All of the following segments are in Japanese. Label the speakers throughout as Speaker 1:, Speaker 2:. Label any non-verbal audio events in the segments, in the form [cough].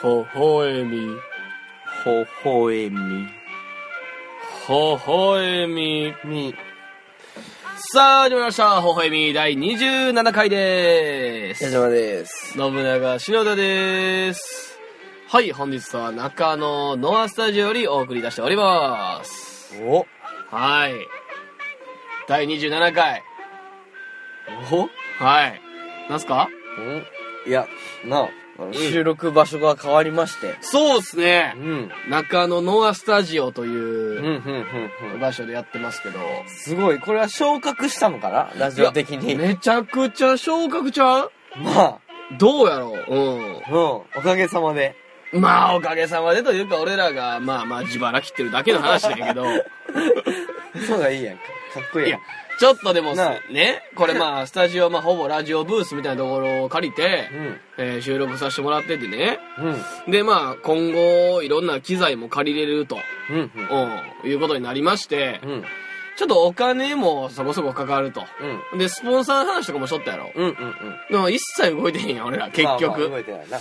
Speaker 1: ほほえみ、
Speaker 2: ほほえみ。
Speaker 1: ほほえみ。み。さあ、始まりました。ほほえみ第27回でー
Speaker 2: 矢
Speaker 1: す。
Speaker 2: 島です。
Speaker 1: 信長篠田です。はい、本日は中野ノアスタジオよりお送り出しております。
Speaker 2: お
Speaker 1: はい。第27回。おはい。なんすか
Speaker 2: んいや、なあ、あの収録場所が変わりまして。
Speaker 1: そうっすね
Speaker 2: う。ん。
Speaker 1: 中野ノアスタジオと
Speaker 2: うん、う
Speaker 1: い
Speaker 2: ん、
Speaker 1: う
Speaker 2: うん、うん。
Speaker 1: 場所でやってますけど。
Speaker 2: すごい。これは昇格したのかなラジオ的に。
Speaker 1: めちゃくちゃ昇格ちゃう
Speaker 2: ま
Speaker 1: どうやろうう
Speaker 2: あ、うん。おかげさまで。
Speaker 1: ん。まあ、おかげさまでというか、俺らが、まあまあ、自腹切ってるだけの話だ
Speaker 2: [laughs]
Speaker 1: けど。
Speaker 2: そうがいいやんか。かっこいい
Speaker 1: いや
Speaker 2: やん。、
Speaker 1: ちょっとでも
Speaker 2: なあ
Speaker 1: ね、これまあ、スタジオ、まあ、ほぼラジオブースみたいなところを借りて、えー収録させてもらっててね。
Speaker 2: うん。うん。
Speaker 1: で、まあ、今後、いろんな機材も借りれると、
Speaker 2: うん、
Speaker 1: うん、いうことになりまして
Speaker 2: う、ん。うん。
Speaker 1: ちょっとお金もそこそこかかると。
Speaker 2: うん。
Speaker 1: で、スポンサーの話とかもしとったやろ。
Speaker 2: うん、うん、うん。
Speaker 1: でも一切動いてへんやん、俺ら、結
Speaker 2: まあまあ動
Speaker 1: 局。
Speaker 2: いてないな。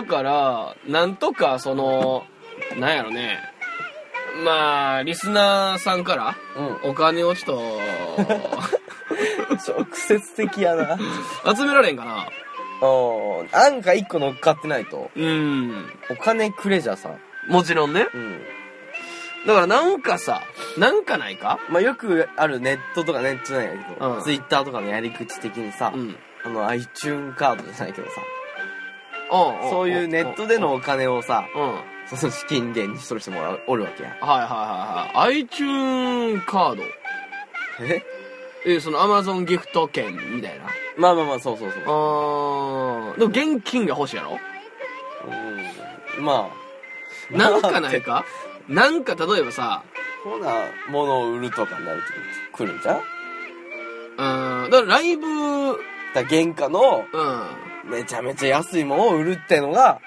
Speaker 1: だから、なんとか、その、なんやろね。まあ、リスナーさんから、
Speaker 2: う
Speaker 1: お金をちょっ
Speaker 2: ん。直接的や [laughs] な。
Speaker 1: と、集められんかな。
Speaker 2: おー、なんか一個乗っかってないと。
Speaker 1: うん。
Speaker 2: お金くれじゃさん。
Speaker 1: もちろんね。
Speaker 2: うん。
Speaker 1: だから、なんかさ、なんかないか
Speaker 2: まあ、よくあるネットとかネットじゃないけど、
Speaker 1: うん
Speaker 2: ツイッターとかのやり口的にさ、
Speaker 1: うん。
Speaker 2: あの iTune カードじゃないけどさ、
Speaker 1: うん
Speaker 2: そういうネットでのお金をさ、
Speaker 1: うん。はい
Speaker 2: その資金源にしとる人もおらおるわけや。
Speaker 1: はいはいはい。iTune カード。
Speaker 2: え
Speaker 1: え、その Amazon ギフト券みたいな。
Speaker 2: まあまあまあ、そうそうそう
Speaker 1: う。ーん。でも現金が欲しいやろ
Speaker 2: うん、まあ。
Speaker 1: なんかな
Speaker 2: まあ
Speaker 1: い
Speaker 2: [laughs]
Speaker 1: かなんか例えばさ、
Speaker 2: こんなものを売るとかになると来るんじゃんだか
Speaker 1: うーん。だからライブ、うん。
Speaker 2: ら原価のめちゃめちゃ安いものを売るってのが、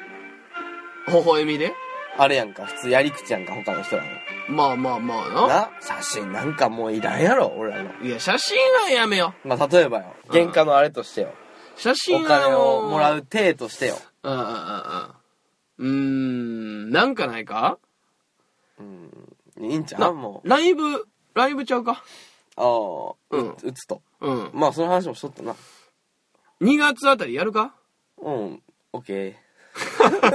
Speaker 1: 微笑みで
Speaker 2: あれやんか、普通やり口やんか、他の人らの。
Speaker 1: まあまあまあな。
Speaker 2: な写真なんかもういらんやろ、俺らの。
Speaker 1: いや、写真はやめよ
Speaker 2: まあ、例えばよ、原価のあれとしてよ。
Speaker 1: う。写真
Speaker 2: お
Speaker 1: は
Speaker 2: 金をもら
Speaker 1: う。
Speaker 2: う体としてよ。
Speaker 1: うんうんうんうん。うーん、なんかないか
Speaker 2: いいんちゃ
Speaker 1: な
Speaker 2: うもう。
Speaker 1: ライブ、ライブちゃうか
Speaker 2: ああ、
Speaker 1: うん
Speaker 2: う打つと。
Speaker 1: うん。
Speaker 2: まあ、その話もしとったな。
Speaker 1: 2月あたりやるか
Speaker 2: うん、オッケ
Speaker 1: [laughs]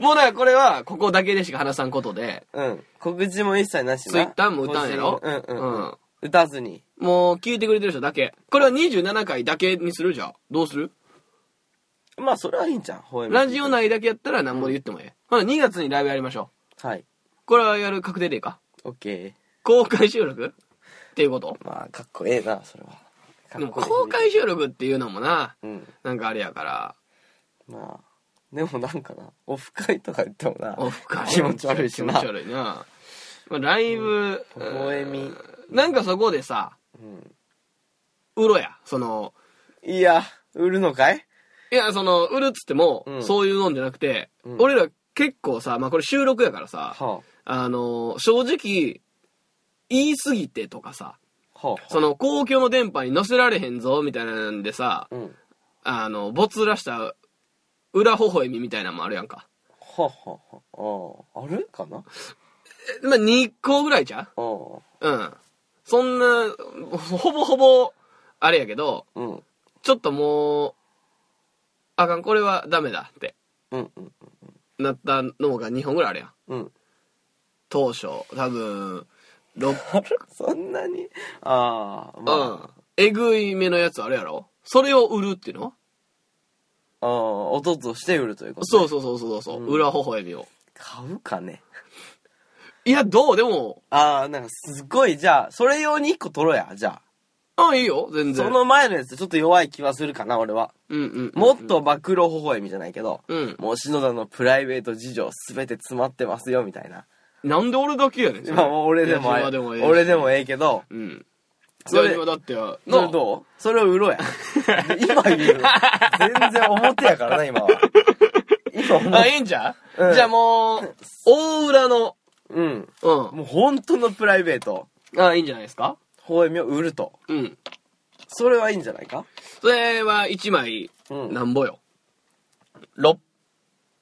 Speaker 1: もうだからこれは、ここだけでしか話さんことで、
Speaker 2: ー。うん。告知も一切なしな。
Speaker 1: ツイッターも打たんやろ
Speaker 2: うんうん、うん、
Speaker 1: うん
Speaker 2: 打たずに。
Speaker 1: もう聞いてくれてる人だけ。これは27回だけにするじゃん。どうする
Speaker 2: まあ、それはいいんちゃうほえみ
Speaker 1: ラジオ内だけやったら何も言ってもええ。ほな、2月にライブやりましょ
Speaker 2: はい。
Speaker 1: う。これはやる確定でいいか。
Speaker 2: オッケ
Speaker 1: 公開収録っていうこと
Speaker 2: ー。まあ、かっこええな、それは。か
Speaker 1: で
Speaker 2: っ
Speaker 1: も
Speaker 2: こいい
Speaker 1: 公開収録っていうのもな、
Speaker 2: うん。
Speaker 1: なんかあれやから、
Speaker 2: まあ、でもなんかな、オフ会とか言ってもな、
Speaker 1: オフ会。
Speaker 2: [laughs] 気持ち悪いしな
Speaker 1: 気持ち悪いな。まあ、ライブ、
Speaker 2: 微笑み。
Speaker 1: なんかそこでさ、
Speaker 2: うん。
Speaker 1: 売ろや。その、
Speaker 2: いや、売るのかい
Speaker 1: いや、その、売るっつっても、
Speaker 2: うん
Speaker 1: そういうのんじゃなくて、
Speaker 2: うん
Speaker 1: 俺ら結構さ、まあこれ収録やからさ、
Speaker 2: は
Speaker 1: あの、正直、言い過ぎてとかさ、
Speaker 2: あ、はあ、
Speaker 1: その公共の電波に載せられへんぞ、みたいなんでさ、
Speaker 2: うん。は
Speaker 1: あの、没らした裏微笑みみたいなのもあるやんか。
Speaker 2: あ、はあ、はあ。あるかな
Speaker 1: えまあ、2個ぐらいじゃ
Speaker 2: ああ。
Speaker 1: ううん。そんな、ほほぼほぼ、あれやけど、
Speaker 2: うん。
Speaker 1: ちょっともう、あかん、これはダメだって
Speaker 2: うん、うん、
Speaker 1: なったのが2本ぐらいあるやん。
Speaker 2: うん。
Speaker 1: 当初、多分、6、
Speaker 2: [laughs] そんなにああ、まあ、
Speaker 1: うん。えぐい目のやつあるやろそれを売るっていうの
Speaker 2: ああ、音として売るということ、
Speaker 1: そう
Speaker 2: う。
Speaker 1: そうそうそうそう、
Speaker 2: うん
Speaker 1: 裏微笑みを。
Speaker 2: 買うかね。
Speaker 1: いや、どうでも、
Speaker 2: ああ、なんかすごい、じゃあ、それ用に一個取ろうや、じゃ
Speaker 1: あ、いいよ、全
Speaker 2: あ。
Speaker 1: 然。
Speaker 2: そ、の前のやつちょっと弱い気はするかな、俺は。
Speaker 1: うんうん。
Speaker 2: もっと暴露微笑みじゃないけど、
Speaker 1: うん。
Speaker 2: もう篠田のプライベート事情すべて詰まってますよ、みたいな。
Speaker 1: なんで俺だけやねん。それ
Speaker 2: まあ、俺でもあ
Speaker 1: いや
Speaker 2: れ、
Speaker 1: でもええし
Speaker 2: 俺でもええけど、
Speaker 1: うん。
Speaker 2: そ
Speaker 1: そ
Speaker 2: れ
Speaker 1: れはだって、な
Speaker 2: それどうそれを売ろうや。今言う。全然表やからな、今は。今
Speaker 1: あ、
Speaker 2: 表。
Speaker 1: いいんじゃ、
Speaker 2: うん
Speaker 1: じゃあもう、大裏の、
Speaker 2: うん。
Speaker 1: う
Speaker 2: もう本当のプライベート。
Speaker 1: ん。あ、いいんじゃないですか
Speaker 2: 微笑みを売ると。
Speaker 1: うん。
Speaker 2: それはいいんじゃないか
Speaker 1: それは1枚、
Speaker 2: うん
Speaker 1: なんぼよ。6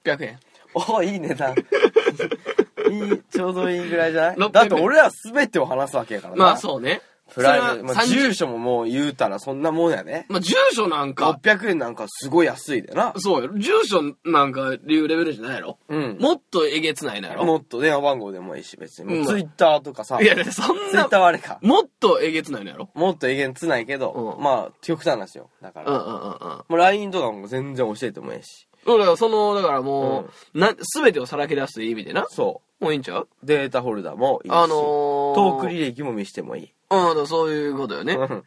Speaker 1: 600円。
Speaker 2: おいい
Speaker 1: [laughs]
Speaker 2: 値段いいちょうどいいぐらいじゃな
Speaker 1: 600
Speaker 2: いだって俺ら全てを話すわけやからな
Speaker 1: まあそうね。
Speaker 2: プライム、ま
Speaker 1: それは30
Speaker 2: あ、住所ももう言うたらそんなもんやね
Speaker 1: まあ、住所なんか、
Speaker 2: 600円なんかすごい安いでな
Speaker 1: そうよ。住所なんかいうレベルじゃないやろ。
Speaker 2: うん
Speaker 1: もっとえげつないのやろ。
Speaker 2: もっと電話番号でもいいし別に、
Speaker 1: うん
Speaker 2: ツイッターとかさ
Speaker 1: いや、
Speaker 2: ツ
Speaker 1: だってそん
Speaker 2: イッ
Speaker 1: な
Speaker 2: ター、はあれか
Speaker 1: もっとえげつないのやろ。
Speaker 2: もっとえげんつないけど、
Speaker 1: うん
Speaker 2: まあ極端なんですよだか
Speaker 1: う
Speaker 2: ら、
Speaker 1: んう
Speaker 2: も
Speaker 1: んうんうん。
Speaker 2: う LINE とかも全然教えてもええし
Speaker 1: だから、その、だからもう、な、すべてをさらけ出すという意味でな。
Speaker 2: そ
Speaker 1: もういいんちゃう
Speaker 2: うデータフォルダもいいし、
Speaker 1: あのー、
Speaker 2: トーク履歴も見してもいい
Speaker 1: うん、だからそういうことよね。
Speaker 2: う
Speaker 1: だか
Speaker 2: ん [laughs]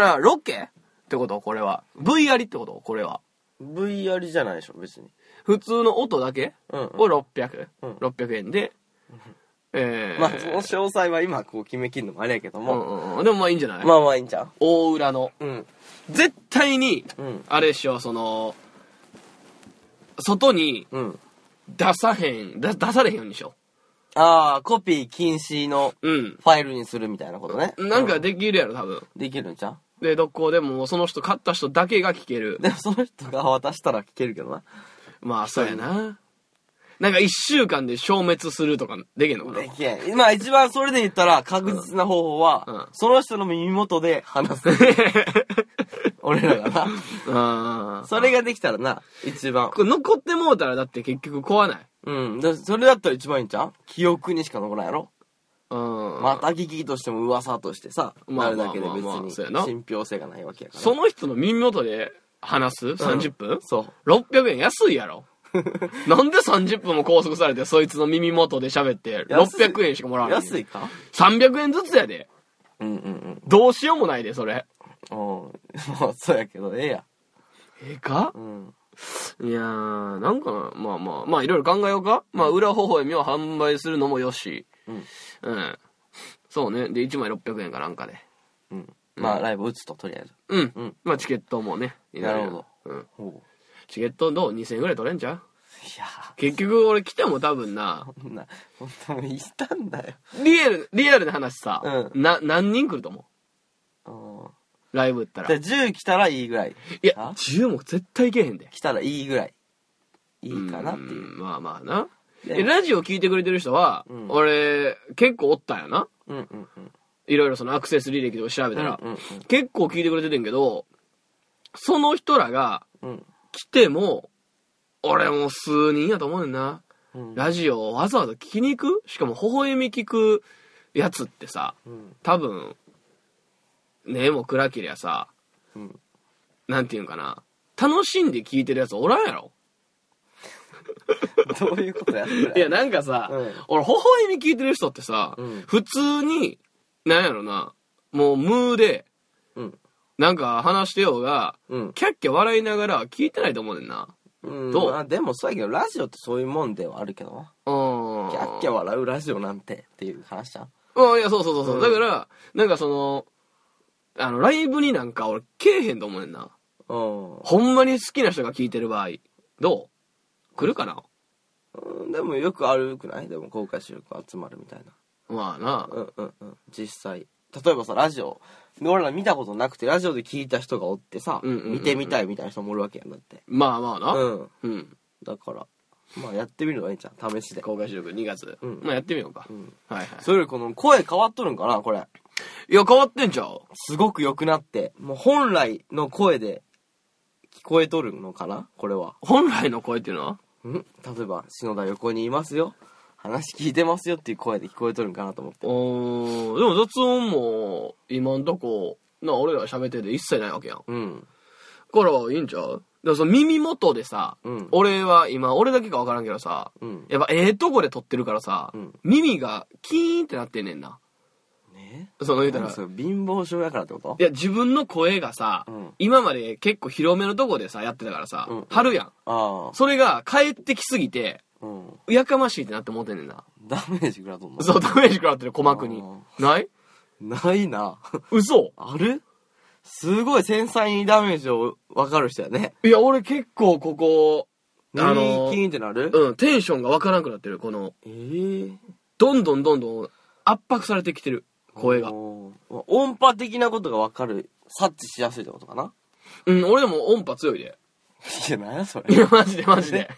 Speaker 1: ら、ロケってことこれは。V ありってことこれは。
Speaker 2: VR じゃないでしょ別に
Speaker 1: 普通の音だけ
Speaker 2: うん
Speaker 1: を600。
Speaker 2: うん
Speaker 1: 600円で。えー、
Speaker 2: まあその詳細は今こう決めきんのもあれやけど
Speaker 1: う
Speaker 2: も、
Speaker 1: んうんうん。でもまあいいんじゃない、
Speaker 2: まあまあいいんちゃ
Speaker 1: 大裏の。
Speaker 2: ううん
Speaker 1: 絶対に、
Speaker 2: うん
Speaker 1: あれでしょ、その、外に
Speaker 2: うん
Speaker 1: 出さへん、だ出されへんようにしよ
Speaker 2: ああコピー禁止の
Speaker 1: う。うん。
Speaker 2: ファイルにするみたいなことね
Speaker 1: なん
Speaker 2: う
Speaker 1: かできるやろ、多分。
Speaker 2: できるんちゃう
Speaker 1: で、どこでも、その人、買った人だけが聞ける。
Speaker 2: でもその人が渡したら聞けるけどな
Speaker 1: まあ、そうやな。なんか一週間で消滅するとか、できんのかな
Speaker 2: でけん今一番それで言ったら確実な方法は、
Speaker 1: うん
Speaker 2: その人の耳元で話す俺らが
Speaker 1: [laughs] あ
Speaker 2: な
Speaker 1: あ。
Speaker 2: それができたらな一番
Speaker 1: これ残ってもうたらだって結局壊ない。
Speaker 2: うんだそれだったら一番いいんちゃう記憶にしか残らんやろ
Speaker 1: うん。
Speaker 2: また聞きとしても噂としてさ、
Speaker 1: ま
Speaker 2: ま
Speaker 1: あ
Speaker 2: あるだけで別
Speaker 1: まあまあまあ
Speaker 2: に
Speaker 1: そうやな
Speaker 2: 信憑性がないわけやから。
Speaker 1: その人の耳元で話す ?30 分、
Speaker 2: そう。
Speaker 1: ?600 円安いや
Speaker 2: [laughs]
Speaker 1: ろ。なんで30分も拘束されて、そいつの耳元で喋って、
Speaker 2: 安い
Speaker 1: 600円しかもらわない。
Speaker 2: 安い。か
Speaker 1: 300円ずつやで。
Speaker 2: うんうん
Speaker 1: どうしようもないで、それ。
Speaker 2: うん。 [laughs] もうそうやけど、ええや。
Speaker 1: ええか
Speaker 2: うん。
Speaker 1: いやー、なんかな、まあまあ、まあいろいろ考えようか。まあ、裏ほほ笑みを販売するのもよし。
Speaker 2: うん。
Speaker 1: うん。そうね。で、1枚600円かなんかで。
Speaker 2: うん。まあ、ライブ打つと、とりあえず。
Speaker 1: うん。
Speaker 2: うん
Speaker 1: まあ、チケットもね。
Speaker 2: なるほ
Speaker 1: ど。うん。
Speaker 2: ほう。
Speaker 1: チケットどう ?2000 円ぐらい取れんちゃう
Speaker 2: いやー
Speaker 1: 結局俺来ても多分な、
Speaker 2: こんな、ほんともういたんだよ。
Speaker 1: リアル、リアルな話さ、
Speaker 2: う
Speaker 1: な、何人来ると思
Speaker 2: うん。
Speaker 1: うライブ行った
Speaker 2: じゃ
Speaker 1: ら。
Speaker 2: あ
Speaker 1: い
Speaker 2: 10来たらいいぐらい。
Speaker 1: や、
Speaker 2: あ
Speaker 1: 10も絶対いけへんで。
Speaker 2: 来たらいいぐらい。いいかなっていう。
Speaker 1: んまあまあな。
Speaker 2: で
Speaker 1: えラジオ聞いてくれてる人は、
Speaker 2: うん
Speaker 1: 俺、結構おったんやな。
Speaker 2: うんうんうん。
Speaker 1: いろいろそのアクセス履歴とか調べたら、
Speaker 2: うんうん
Speaker 1: 結構聞いてくれててんけど、その人らが
Speaker 2: うん。
Speaker 1: 来ても、俺もう数人やと思うねんな。
Speaker 2: うん。
Speaker 1: ラジオをわざわざ聞きに行くしかも、微笑み聞くやつってさ、
Speaker 2: うん
Speaker 1: 多分、ねも暗けりゃさ、
Speaker 2: うん。
Speaker 1: なんていうんかな、楽しんで聞いてるやつおらんやろ
Speaker 2: どういうことやってる
Speaker 1: いや、なんかさ、
Speaker 2: うん
Speaker 1: 俺、微笑み聞いてる人ってさ、
Speaker 2: うん
Speaker 1: 普通に、なんやろな、もう無で、
Speaker 2: うん。
Speaker 1: なんか話してようが、
Speaker 2: うん。
Speaker 1: キャッキャ笑いながら聞いてないと思うねんな。
Speaker 2: うん、
Speaker 1: どう
Speaker 2: まあでもそうやけどラジオってそういうもんではあるけどな
Speaker 1: うん。
Speaker 2: キャッキャ笑うラジオなんてっていう話じゃん
Speaker 1: うん、いや、そうそうそうそう、
Speaker 2: うん
Speaker 1: だから、なんかその、あの、ライブになんか俺、けえへんと思うねんな。
Speaker 2: う
Speaker 1: ほんまに好きな人が聞いてる場合、どう来るかなん
Speaker 2: でもよくあるくないでも公開収録集まるみたいな
Speaker 1: まあな。
Speaker 2: うんうんうん実際例えばさラジオ俺ら見たことなくてラジオで聞いた人がおってさ、
Speaker 1: うんうんうんうん
Speaker 2: 見てみたいみたいな人もおるわけやんだって
Speaker 1: まあまあな。
Speaker 2: うん
Speaker 1: うん。
Speaker 2: だからまあやってみるのがいいじゃん試しで
Speaker 1: 公開収録2月。
Speaker 2: うん
Speaker 1: まあやってみようか。
Speaker 2: ん
Speaker 1: はいは
Speaker 2: それよりこの声変わっとるんかなこれ
Speaker 1: い。いや、変わってんちゃう
Speaker 2: すごく良くなってもう本来の声で聞こえとるのかなこれは
Speaker 1: 本来の声っていうのは
Speaker 2: ん例えば篠田横にいますよ話聞いてますよっていう声で聞こえとるんかなと思って
Speaker 1: おーでも雑音も、今んとこ、な、俺ら喋ってて一切ないわけやん。だ
Speaker 2: うん
Speaker 1: から、いいんちゃうでもその耳元でさ、
Speaker 2: うん
Speaker 1: 俺は今、俺だけかわからんけどさ、
Speaker 2: うん
Speaker 1: やっぱええとこで撮ってるからさ、
Speaker 2: うん
Speaker 1: 耳がキーンってなってんねんな。
Speaker 2: ね
Speaker 1: その言うた
Speaker 2: なん
Speaker 1: ら
Speaker 2: か、それ貧乏症やからってこと
Speaker 1: いや、自分の声がさ、
Speaker 2: うん
Speaker 1: 今まで結構広めのとこでさ、やってたからさ、
Speaker 2: うん
Speaker 1: 張るやん。
Speaker 2: あ
Speaker 1: それが帰ってきすぎて、
Speaker 2: あうん
Speaker 1: やかましいってなって思ってんねんな。
Speaker 2: ダメージ食らうと思
Speaker 1: そう、ダメージ食らってる、鼓膜に。ない
Speaker 2: ないな
Speaker 1: 嘘
Speaker 2: あるすごい繊細にダメージを分かる人やね
Speaker 1: いや、俺結構ここ、あ
Speaker 2: 耳
Speaker 1: の
Speaker 2: キーンってなる、
Speaker 1: うん、テンションがわからなくなってる、この、
Speaker 2: ええ
Speaker 1: どんどんどんどん圧迫されてきてる、声が。
Speaker 2: おー音波的なことが分かる察知しやすいってことかな
Speaker 1: うん、俺でも音波強いで。
Speaker 2: [laughs] いや、なんやそ
Speaker 1: い
Speaker 2: れ。
Speaker 1: や、マジでマジ
Speaker 2: [laughs]
Speaker 1: で。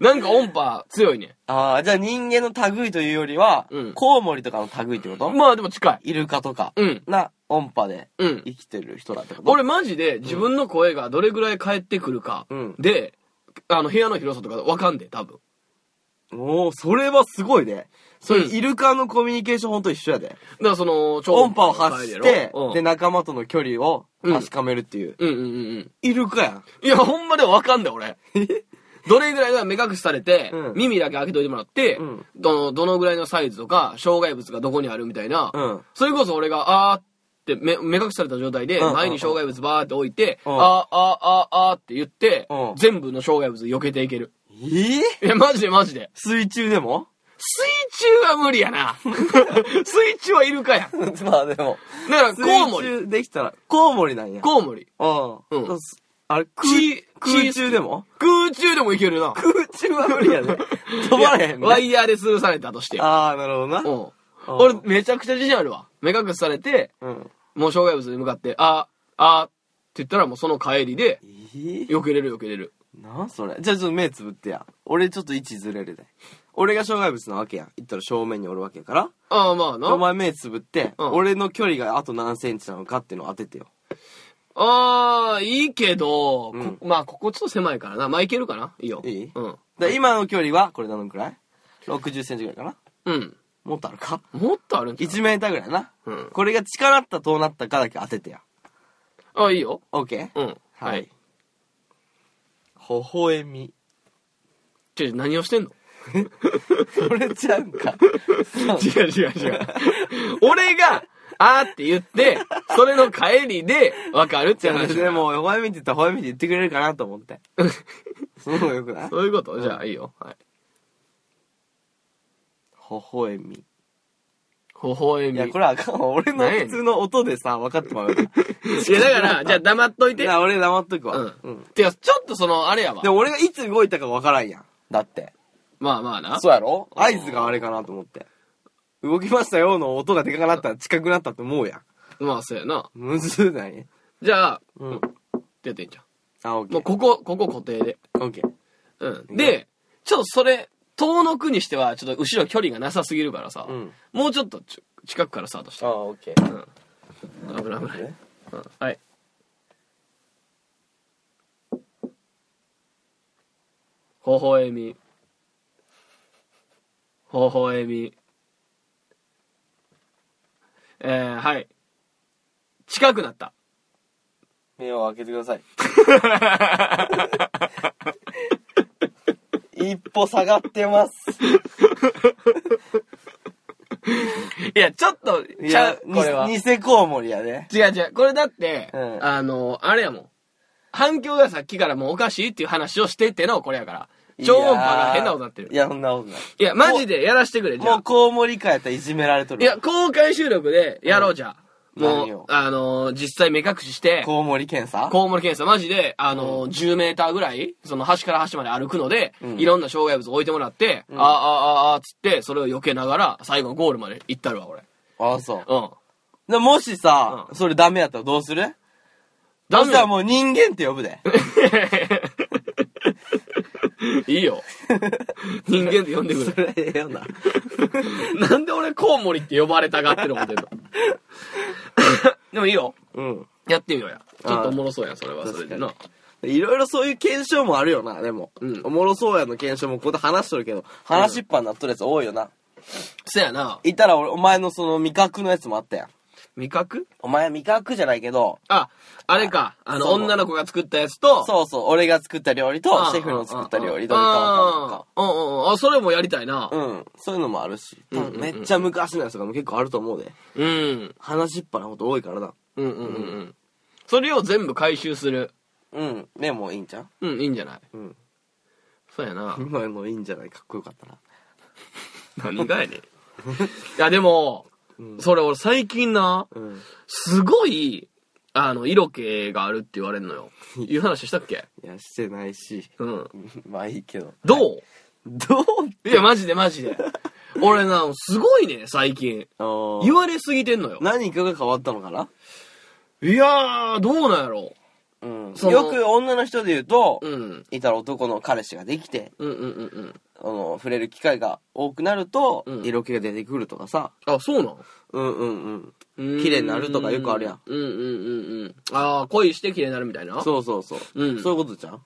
Speaker 1: なんか音波強いね。
Speaker 2: ああ、じゃあ人間の類というよりは、
Speaker 1: うん
Speaker 2: コウモリとかの類ってこと、
Speaker 1: まあでも近い。
Speaker 2: イルカとか、
Speaker 1: うん。
Speaker 2: な、音波で
Speaker 1: うん。
Speaker 2: 生きてる人だってこと
Speaker 1: 俺マジで自分の声がどれぐらい返ってくるか
Speaker 2: うん、
Speaker 1: で、あの部屋の広さとかわかんで、多分。
Speaker 2: おおそれはすごいね。それ、
Speaker 1: うん
Speaker 2: イルカのコミュニケーションほんと一緒やで。
Speaker 1: だからその、超
Speaker 2: 音波を発して、
Speaker 1: うん、
Speaker 2: で、仲間との距離を確かめるっていう。
Speaker 1: うんうんうんうん。
Speaker 2: イルカやん。
Speaker 1: いや、ほんまでわかんない、俺。どれぐらいが目隠しされて、
Speaker 2: うん
Speaker 1: 耳だけ開けといてもらって、
Speaker 2: うん
Speaker 1: どの、どのぐらいのサイズとか、障害物がどこにあるみたいな、
Speaker 2: うん
Speaker 1: それこそ俺が、あーって目、目隠しされた状態で、
Speaker 2: うん
Speaker 1: 前に障害物バーって置いて、
Speaker 2: うん
Speaker 1: あー、あー、あー、あーって言って、
Speaker 2: うん
Speaker 1: 全部の障害物避けていける。
Speaker 2: えー、
Speaker 1: いや、マジでマジで。
Speaker 2: 水中でも
Speaker 1: 水中は無理やな。水中はいるかやん。だ
Speaker 2: [laughs] まあでも。
Speaker 1: から、
Speaker 2: 水
Speaker 1: コウモリ。
Speaker 2: 中できたら、コウモリなんや。
Speaker 1: コウモリ。
Speaker 2: う
Speaker 1: うん
Speaker 2: ん。あれ、空
Speaker 1: ち、
Speaker 2: 空中でも
Speaker 1: 空中でもいけるな。
Speaker 2: 空中は無理やね。 [laughs] 飛ばれへん
Speaker 1: ワ
Speaker 2: ね。
Speaker 1: イヤーで吊るされたとして。
Speaker 2: ああ、なるほどな。
Speaker 1: うん。
Speaker 2: うん
Speaker 1: 俺、めちゃくちゃ自信あるわ。目隠しされて、
Speaker 2: うん。
Speaker 1: もう障害物に向かって、あ、あ、って言ったらもうその帰りで
Speaker 2: え、ー、
Speaker 1: よけれるよけれる。
Speaker 2: なんそれ。じゃあちょっと目つぶってや。俺ちょっと位置ずれるで。俺が障害物なわけやん。言ったら正面におるわけやから。
Speaker 1: ああ、まあ
Speaker 2: お
Speaker 1: な。
Speaker 2: 前目つぶって、
Speaker 1: うん
Speaker 2: 俺の距離があと何センチなのかっていうのを当ててよ。
Speaker 1: ああ、いいけど、
Speaker 2: うん
Speaker 1: こまあ、ここちょっと狭いからな。まあ、いけるかないいよ。
Speaker 2: いい
Speaker 1: うん。
Speaker 2: だから今の距離は、これ何くらい ?60 センチぐらいかな
Speaker 1: うん。
Speaker 2: もっとあるか
Speaker 1: もっとあるんちゃ
Speaker 2: ?1 メーターぐらいな。
Speaker 1: うん
Speaker 2: これが近なった遠なったかだけ当ててや。
Speaker 1: うあいいよ。
Speaker 2: OK?
Speaker 1: うん。
Speaker 2: はい。。微笑み。
Speaker 1: ちょ、何をしてんの [laughs]
Speaker 2: それちゃうん [laughs] か。
Speaker 1: 違う違う違う。
Speaker 2: [laughs]
Speaker 1: 俺が、あーって言って、それの帰りで、わかるっ
Speaker 2: じ
Speaker 1: て
Speaker 2: ゃあ、
Speaker 1: 話。
Speaker 2: でも、微笑みって言ったら微笑みって言ってくれるかなと思って。 [laughs] そうよくない微
Speaker 1: そういうことじゃあ、いいよ。はい。
Speaker 2: 笑み。
Speaker 1: 微笑
Speaker 2: い
Speaker 1: み。
Speaker 2: や、これはあかんわ。俺の普通の音でさ、分かってもら [laughs] うから。
Speaker 1: [laughs] いや、だから、じゃあ黙っといて。
Speaker 2: いや、俺黙っとくわ。
Speaker 1: う
Speaker 2: うん
Speaker 1: ん。。てか、ちょっとその、あれやわ
Speaker 2: で。も俺がいつ動いたか分からんやん。だって。
Speaker 1: まあまあな。
Speaker 2: そうやろ合図があれかなと思って。動きましたよの音がでかくなったら近くなったと思うやん。
Speaker 1: まあ、そうやな。
Speaker 2: むずない
Speaker 1: じゃあ、っ
Speaker 2: うん。
Speaker 1: てやっていいんじゃ
Speaker 2: あ、オッ
Speaker 1: ん。
Speaker 2: ケ
Speaker 1: もう、
Speaker 2: ー。
Speaker 1: ここ、ここ固定で。
Speaker 2: オッケー。
Speaker 1: うん。で、ちょっとそれ、遠のくにしては、ちょっと後ろ距離がなさすぎるからさ、
Speaker 2: うん
Speaker 1: もうちょっとち近くからスタートし
Speaker 2: あ、
Speaker 1: た。
Speaker 2: オッケー。
Speaker 1: 危ない危ない。うんはい。微笑み。微笑み。えー、はい。近くなった。
Speaker 2: [laughs] 目を開けてください。一歩下がってます。
Speaker 1: いや、ちょっと、
Speaker 2: い
Speaker 1: ちゃ
Speaker 2: や
Speaker 1: う、、
Speaker 2: に
Speaker 1: これは。違
Speaker 2: 偽コウモリやね。
Speaker 1: う違う。これだって、
Speaker 2: うん
Speaker 1: あの、あれやもん。反響がさっきからもうおかしいっていう話をしててのこれやから。超音波が変なことになってる。
Speaker 2: いや、そんなことない。
Speaker 1: いや、マジでやらしてくれ、じゃあ
Speaker 2: もうコウモリ界やったらいじめられとる
Speaker 1: い
Speaker 2: わ
Speaker 1: や、公開収録でやろうじゃ。
Speaker 2: うん
Speaker 1: も
Speaker 2: 何を
Speaker 1: う、あのー、実際目隠しして、
Speaker 2: コウモリ検査
Speaker 1: コウモリ検査、マジで、あのー、10メーターぐらい、その端から端まで歩くので、
Speaker 2: うん
Speaker 1: いろんな障害物置いてもらって、あーあー、ああ、あーつって、それを避けながら、最後のゴールまで行ったるわ、俺。
Speaker 2: あ、そう。
Speaker 1: うん。
Speaker 2: でもしさ、
Speaker 1: う
Speaker 2: それダメやったらどうする
Speaker 1: ダ
Speaker 2: そし
Speaker 1: メ
Speaker 2: たら
Speaker 1: だ
Speaker 2: もう人間って呼ぶで。
Speaker 1: [laughs] いいよ。人間で呼んでく
Speaker 2: それ [laughs] ええよな。
Speaker 1: れ。 [laughs] なんで俺コウモリって呼ばれたがってる思ってんの [laughs] でもいいよ。
Speaker 2: うん。
Speaker 1: やってみようや。ちょっとおもろそうや、それはそれでな。
Speaker 2: いろいろそういう検証もあるよな、でも。
Speaker 1: うん
Speaker 2: おもろそうやの検証もここで話しとるけど、話しっぱになっとるやつ多いよな。
Speaker 1: そやな。
Speaker 2: いたら俺、お前のその味覚のやつもあったやん。
Speaker 1: 味覚
Speaker 2: お前味覚じゃないけど、
Speaker 1: あ、あれか。あの、
Speaker 2: そう
Speaker 1: 女の子が作ったやつと、
Speaker 2: そうそう、俺が作った料理と
Speaker 1: あ、
Speaker 2: シェフの作った料理、ど
Speaker 1: あ
Speaker 2: れかわか
Speaker 1: あ
Speaker 2: る
Speaker 1: あうんうんうん。あ、それもやりたいな
Speaker 2: と。か。うん。そういうのもあるし。多
Speaker 1: うんうんう
Speaker 2: 分
Speaker 1: ん
Speaker 2: めっちゃ昔のやつとかも結構あると思うで。
Speaker 1: うん。うん
Speaker 2: 話しっぱなこと多いからな。
Speaker 1: うんうんうん。それを全部回収する。
Speaker 2: うん。でもいいんちゃう
Speaker 1: うん、いいんじゃない
Speaker 2: うん。。
Speaker 1: そうやな
Speaker 2: [laughs] 今のいいんじゃないかっこよかったな。
Speaker 1: 何がやねん。いや、でも、
Speaker 2: うん
Speaker 1: それ俺最近な、
Speaker 2: うん。
Speaker 1: すごい、あの、色気があるって言われんのよ。いう話したっけ
Speaker 2: いや、してないし。
Speaker 1: うん。
Speaker 2: [laughs] まあいいけど。
Speaker 1: ど
Speaker 2: どう
Speaker 1: ういや、マジでマジで。俺な、すごいね、最近。
Speaker 2: あー
Speaker 1: 言われすぎてんのよ。
Speaker 2: 何かが変わったのかな
Speaker 1: ないやー、どうなんやろ
Speaker 2: うん、
Speaker 1: その
Speaker 2: よく女の人で言うと、
Speaker 1: うん。
Speaker 2: いたら男の彼氏ができて、
Speaker 1: うんうんうんうん。
Speaker 2: あの、触れる機会が多くなると、
Speaker 1: うん
Speaker 2: 色気が出てくるとかさ、
Speaker 1: あ、そうなん
Speaker 2: うんうんうん。
Speaker 1: 綺
Speaker 2: 綺麗になるとかよくあるやん。
Speaker 1: うんうんうんうん。ああ、恋して綺麗になるみたいな。う。
Speaker 2: そうそうそう。
Speaker 1: うん
Speaker 2: そういうことじゃん
Speaker 1: い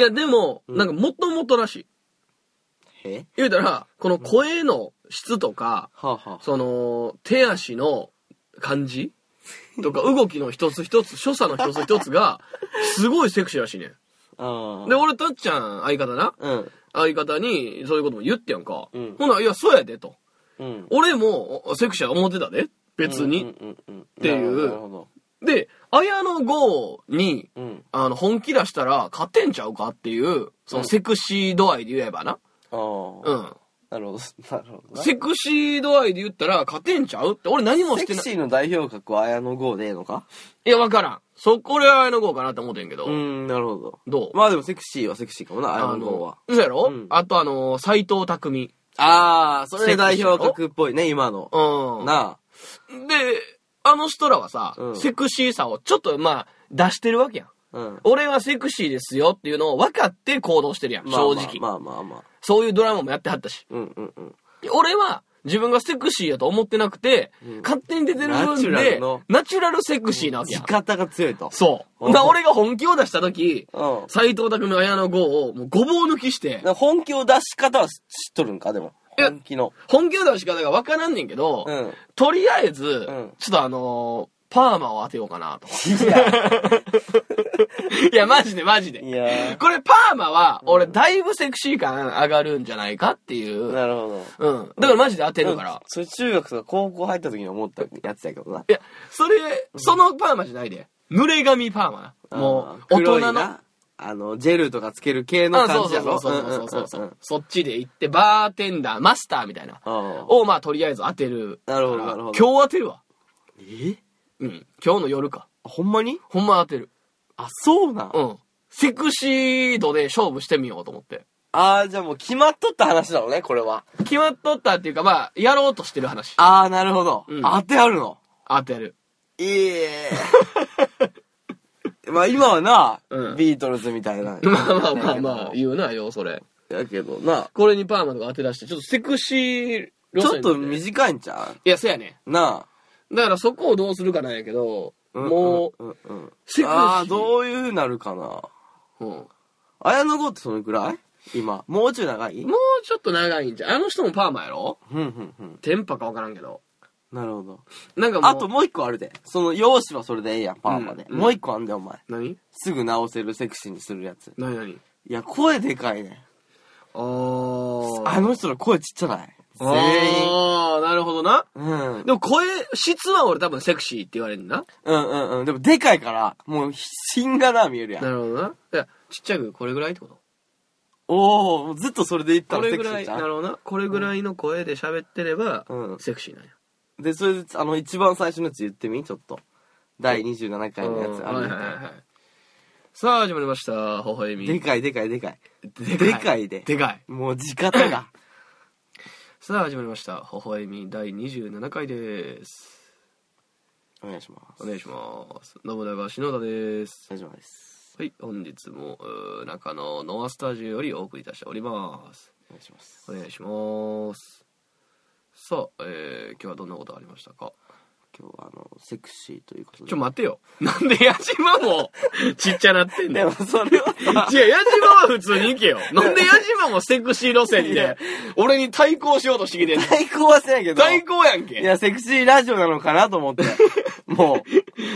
Speaker 1: や、でも、
Speaker 2: ん
Speaker 1: なんかもともとらしい。
Speaker 2: え
Speaker 1: 言うたら、この声の質とか、
Speaker 2: はあ、はあ、
Speaker 1: その、手足の感じとか、動きの一つ一つ、所作の一つ一つが、すごいセクシーらしいねん。
Speaker 2: あ
Speaker 1: で、俺、たっちゃん、相方な。
Speaker 2: うん。
Speaker 1: 相方に、そういうことも言ってやんか。
Speaker 2: うん
Speaker 1: ほな、いや、そうやで、と。
Speaker 2: うん。
Speaker 1: 俺も、おセクシーは思ってたで。別に。
Speaker 2: うんうんうんん。って
Speaker 1: いう
Speaker 2: なるほど。
Speaker 1: で、綾野剛に、
Speaker 2: うん。
Speaker 1: あの、本気出したら勝てんちゃうかっていう、そのセクシー度合いで言えばな。
Speaker 2: ああ、
Speaker 1: うん。
Speaker 2: なるほど。 [laughs] なるほどな。
Speaker 1: セクシー度合いで言ったら勝てんちゃうって、俺何もし
Speaker 2: セ
Speaker 1: て
Speaker 2: ク
Speaker 1: ない。
Speaker 2: シーの代表格は綾野剛でええのか
Speaker 1: いや、わからん。そこで綾野剛かなって思ってんけど。
Speaker 2: ん、なるほど。
Speaker 1: どう
Speaker 2: まあでもセクシーはセクシーかもな、綾
Speaker 1: あ
Speaker 2: 野剛は
Speaker 1: の。、そうやろ、
Speaker 2: うん
Speaker 1: あとあの、斎藤匠。
Speaker 2: ああ、そ
Speaker 1: セ
Speaker 2: れ
Speaker 1: クシー
Speaker 2: 代
Speaker 1: やろ
Speaker 2: 表格っぽいね、今の。
Speaker 1: うん。
Speaker 2: なあ。
Speaker 1: で、あの人らはさ、
Speaker 2: うん
Speaker 1: セクシーさをちょっとまあ、出してるわけやん。
Speaker 2: うん。
Speaker 1: 俺はセクシーですよっていうのを分かって行動してるやん、
Speaker 2: まあ
Speaker 1: 正直、
Speaker 2: まあまあまあ。
Speaker 1: そういうドラマもやってはったし。
Speaker 2: うんうんうん。
Speaker 1: 俺は自分がセクシーやと思ってなくて、
Speaker 2: うん
Speaker 1: 勝手に出てる
Speaker 2: ナ
Speaker 1: 分
Speaker 2: チュラ
Speaker 1: で
Speaker 2: ルの、
Speaker 1: ナチュラルセクシーなわけや
Speaker 2: 仕
Speaker 1: ん。
Speaker 2: 方が強いと。
Speaker 1: そう。
Speaker 2: うん
Speaker 1: だから俺が本気を出した時、
Speaker 2: うん。
Speaker 1: 斎藤匠綾野剛をもうごぼう抜きして、
Speaker 2: 本気を出し方は知っとるんかでも。
Speaker 1: いや
Speaker 2: 本気の。
Speaker 1: 本気を出し方がわからんねんけど、
Speaker 2: うん。
Speaker 1: とりあえず、
Speaker 2: ん
Speaker 1: ちょっとあのーパーマを当てようかなと。 [laughs]
Speaker 2: い [laughs] や、
Speaker 1: いや、マジでマジで。
Speaker 2: いや
Speaker 1: これパーマは、俺だいぶセクシー感上がるんじゃないかっていう。
Speaker 2: なるほど。
Speaker 1: うん。だからマジで当てるか
Speaker 2: うん
Speaker 1: ら。
Speaker 2: それ中学とか高校入った時に思ったやつやけどな。
Speaker 1: いや、それ、そのパーマじゃないで。濡れ髪パーマな。もう、
Speaker 2: あ
Speaker 1: 大
Speaker 2: ー黒い
Speaker 1: 人の。
Speaker 2: なあの、ジェルとかつける系の
Speaker 1: あそ
Speaker 2: 感
Speaker 1: う
Speaker 2: じ
Speaker 1: そ
Speaker 2: やろ
Speaker 1: うそうそうそうそう。
Speaker 2: んんん
Speaker 1: そっちで行って、バーテンダー、マスターみたいな。
Speaker 2: ああ
Speaker 1: を、まあ、とりあえず当てる。
Speaker 2: なるほどなるほど
Speaker 1: 今日当てるわ。
Speaker 2: え
Speaker 1: うん。今日の夜か。
Speaker 2: ほんまに
Speaker 1: ほんま当てる。
Speaker 2: あ、そうなん。
Speaker 1: うん。セクシー度で勝負してみようと思って。
Speaker 2: ああ、じゃあもう決まっとった話なのね、これは。
Speaker 1: 決まっとったっていうか、まあ、やろうとしてる話。
Speaker 2: ああ、なるほど。
Speaker 1: うん
Speaker 2: 当てあるの。
Speaker 1: 当てる。 [laughs]
Speaker 2: ええ。まあ今はな、
Speaker 1: うん
Speaker 2: ビートルズみたいな。
Speaker 1: まあまあまあまあ、言うなよ、それ。
Speaker 2: だけどな、
Speaker 1: これにパーマとか当て出して、ちょっとセクシー路
Speaker 2: ち
Speaker 1: 線
Speaker 2: ょっ
Speaker 1: で
Speaker 2: と短いんちゃ
Speaker 1: いや、そうやね。
Speaker 2: うな
Speaker 1: だからそこをどうするかなんやけど、
Speaker 2: あ。
Speaker 1: もう、
Speaker 2: うん、うんうん。
Speaker 1: セクシー
Speaker 2: ああ、どういうなるかな。
Speaker 1: うん
Speaker 2: 綾野剛ってそのくらい今。もうちょい長い
Speaker 1: もうちょっと長いんじゃん。あの人もパーマやろ
Speaker 2: ふんふんふん。
Speaker 1: テンパかわからんけど。
Speaker 2: なるほど。
Speaker 1: なんかもう。
Speaker 2: あともう一個あるで。その容姿はそれでええやん、パーマで。
Speaker 1: うん
Speaker 2: もう一個あんで、お前。
Speaker 1: 何、
Speaker 2: すぐ直せるセクシーにするやつ。
Speaker 1: 何何
Speaker 2: いや、声でかいね。
Speaker 1: あー。
Speaker 2: あの人の声ちっちゃない全員。
Speaker 1: あー、なるほどな。
Speaker 2: うん。うん
Speaker 1: でも声、質は俺多分セクシーって言われるな。
Speaker 2: うんうん。でもでかいから、もう品がな、見えるや。
Speaker 1: なんるほどな。いや、ちっちゃくこれぐらいってこと
Speaker 2: おおずっとそれでいった
Speaker 1: こ
Speaker 2: ら
Speaker 1: れ
Speaker 2: セ
Speaker 1: ぐ
Speaker 2: クシ
Speaker 1: ら
Speaker 2: ー
Speaker 1: い、
Speaker 2: じゃ
Speaker 1: なる
Speaker 2: ん。
Speaker 1: ほどな。これぐらいの声で喋ってれば、
Speaker 2: うん
Speaker 1: セクシーなんや。
Speaker 2: で、それで、あの、一番最初のやつ言ってみちょっと。第27回のやつあ
Speaker 1: はい
Speaker 2: るみたい
Speaker 1: はい
Speaker 2: な
Speaker 1: はいさあ始まりました「ほほえみ」
Speaker 2: でかいでかいでかい。
Speaker 1: で
Speaker 2: でかいで
Speaker 1: でかい
Speaker 2: もう地方が。
Speaker 1: さあ始まりました「ほほえみ」第27回です
Speaker 2: お願いしま
Speaker 1: お
Speaker 2: す。
Speaker 1: 願いします信長篠田です
Speaker 2: お願いします。
Speaker 1: はい本日もうー中野ノアスタジオよりお送りいたしております
Speaker 2: お願いします
Speaker 1: お。願いしますさあ、えー、今日はどんなことがありましたか
Speaker 2: 今日はあの、セクシーということで。
Speaker 1: ちょ待てよ [laughs] なんで矢島もちっちゃなってんだ
Speaker 2: で
Speaker 1: よ
Speaker 2: もそれはさ
Speaker 1: 違う、矢島は普通に行けよ。なんで矢島もセクシー路線
Speaker 2: い
Speaker 1: で
Speaker 2: や、
Speaker 1: 俺に対抗しようとしてきてんの
Speaker 2: 対抗はせんやけど。
Speaker 1: 最高やんけ。
Speaker 2: いや、セクシーラジオなのかなと思って。もう。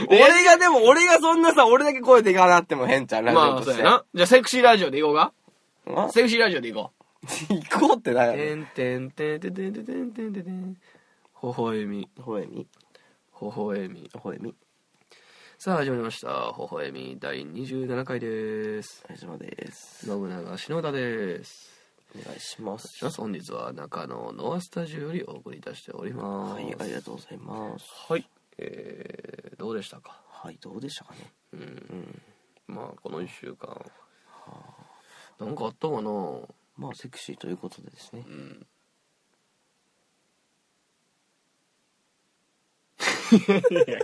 Speaker 2: 俺がでも、俺がそんなさ、俺だけ声でかなっても変ちゃう、ラジ
Speaker 1: ま
Speaker 2: オ
Speaker 1: あ、
Speaker 2: と
Speaker 1: そうや
Speaker 2: して。
Speaker 1: な。じゃあ、セクシーラジオで行こうか。
Speaker 2: あ
Speaker 1: セクシーラジオで行こ
Speaker 2: 行こうってな
Speaker 1: う。
Speaker 2: い
Speaker 1: て
Speaker 2: や
Speaker 1: んてんてんてんてんてんてんてんてんてん。ほほえみ、
Speaker 2: ろ。ほえみ
Speaker 1: ほほえみ。
Speaker 2: ほえみ
Speaker 1: さあ、始まりました。ほほえみ第27回です。
Speaker 2: 大丈夫です。
Speaker 1: 信長篠田です。
Speaker 2: お願いします。
Speaker 1: 本日は中野ノアスタジオよりお送りいたしております。
Speaker 2: はい、ありがとうございます。
Speaker 1: はい。えー、どうでしたか
Speaker 2: はい、どうでしたかね。
Speaker 1: まあ、この1週間。なんかあったかな
Speaker 2: まあ、セクシーということでですね。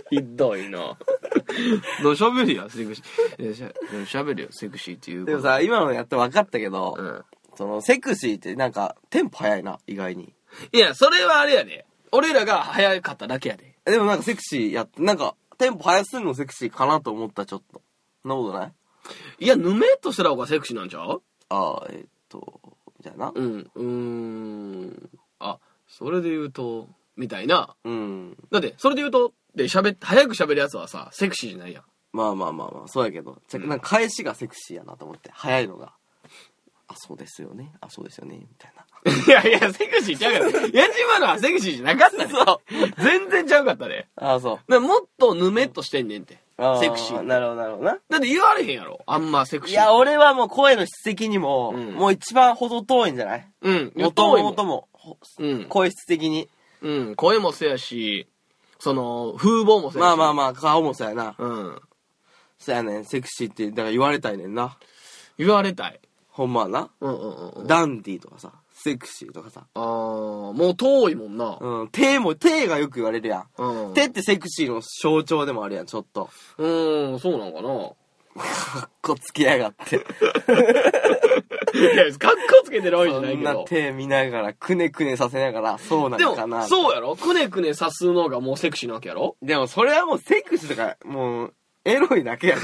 Speaker 1: ひどいな。どうしゃべるよ、セクシー。しゃしゃべるよ、セクシーっていうこ
Speaker 2: で
Speaker 1: と
Speaker 2: も、さ、今のやって分かったけど、
Speaker 1: うん。
Speaker 2: その、セクシーってなんか、テンポ早いな、意外に。
Speaker 1: いや、それはあれやで。俺らが早かっただけやで。
Speaker 2: でもなんかセクシーやって、なんか、テンポ早すぎるのセクシーかなと思った、ちょっと。そんなことない
Speaker 1: いや、ぬめっとしたら方がセクシーなんちゃう
Speaker 2: ああ、えっと、みたいな。
Speaker 1: うん。うーん。あ、それで言うと、みたいな。
Speaker 2: うん。
Speaker 1: だって、それで言うと、で、喋っ早く喋るやつはさ、セクシーじゃないやん。
Speaker 2: まあまあまあまあ、そうやけど。じゃなんか返しがセクシーやなと思って、早いのが。あ、そうですよね。あ、そうですよね。みた [laughs] いな。
Speaker 1: いやいや、セクシーちゃうから。 [laughs] 矢島のはセクシーじゃなかった
Speaker 2: [laughs]
Speaker 1: ね。全然ちゃうかったね。
Speaker 2: ああ、そう。
Speaker 1: だからもっとぬめっとしてんねんって
Speaker 2: あ。あ
Speaker 1: セクシー。
Speaker 2: なるほど、なるほどな。
Speaker 1: だって言われへんやろ。あんまセク
Speaker 2: い
Speaker 1: シー。
Speaker 2: や、俺はもう声の質的にも、
Speaker 1: うん
Speaker 2: もう一番ほど遠いんじゃない
Speaker 1: うん。
Speaker 2: もともと
Speaker 1: も。
Speaker 2: も、ほ
Speaker 1: うん。
Speaker 2: 声質的に。
Speaker 1: うん。声もせやし、その、風貌もせやし。
Speaker 2: まあまあまあ、顔もそうやな。
Speaker 1: あ。うん。
Speaker 2: そうやねん、セクシーって、だから言われたいねんな。
Speaker 1: 言われたい。
Speaker 2: ほんまはな。
Speaker 1: うんうんうんうん。あ
Speaker 2: ダンディーとかさ、セクシーとかさ。
Speaker 1: あーもう遠いもんな。
Speaker 2: うん、手も、手がよく言われるやん。
Speaker 1: うん。
Speaker 2: 手ってセクシーの象徴でもあるやん、ちょっと。
Speaker 1: うーん、そうなんかな。
Speaker 2: かっこつけや
Speaker 1: [laughs]
Speaker 2: がって。
Speaker 1: いや、かっこつけてるわけじゃ
Speaker 2: そ
Speaker 1: ない
Speaker 2: ん
Speaker 1: け
Speaker 2: な
Speaker 1: ど。
Speaker 2: 手見ながら、くねくねさせながら、そうな
Speaker 1: で
Speaker 2: のかな。
Speaker 1: も、そうやろくねくねさすのがもうセクシーなわけやろ
Speaker 2: でもそれはもうセックスとか、もう、エロいだ
Speaker 1: [laughs]
Speaker 2: けやん。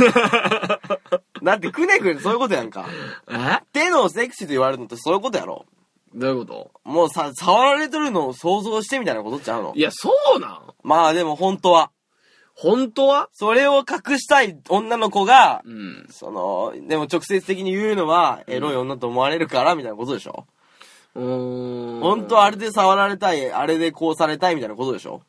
Speaker 2: だってくねくねそういうことやんか。
Speaker 1: え
Speaker 2: 手のセクシーと言われるのってそういうことやろ。
Speaker 1: どういうこと
Speaker 2: もうさ、触られてるのを想像してみたいなことちゃうの
Speaker 1: いや、そうなん
Speaker 2: まあでも本当は。
Speaker 1: 本当は
Speaker 2: それを隠したい女の子が、
Speaker 1: うん。
Speaker 2: その、でも直接的に言うのは、エロい女と思われるから、みたいなことでしょ、
Speaker 1: うーん。
Speaker 2: 本当はあれで触られたい、あれでこうされたい、みたいなことでしょ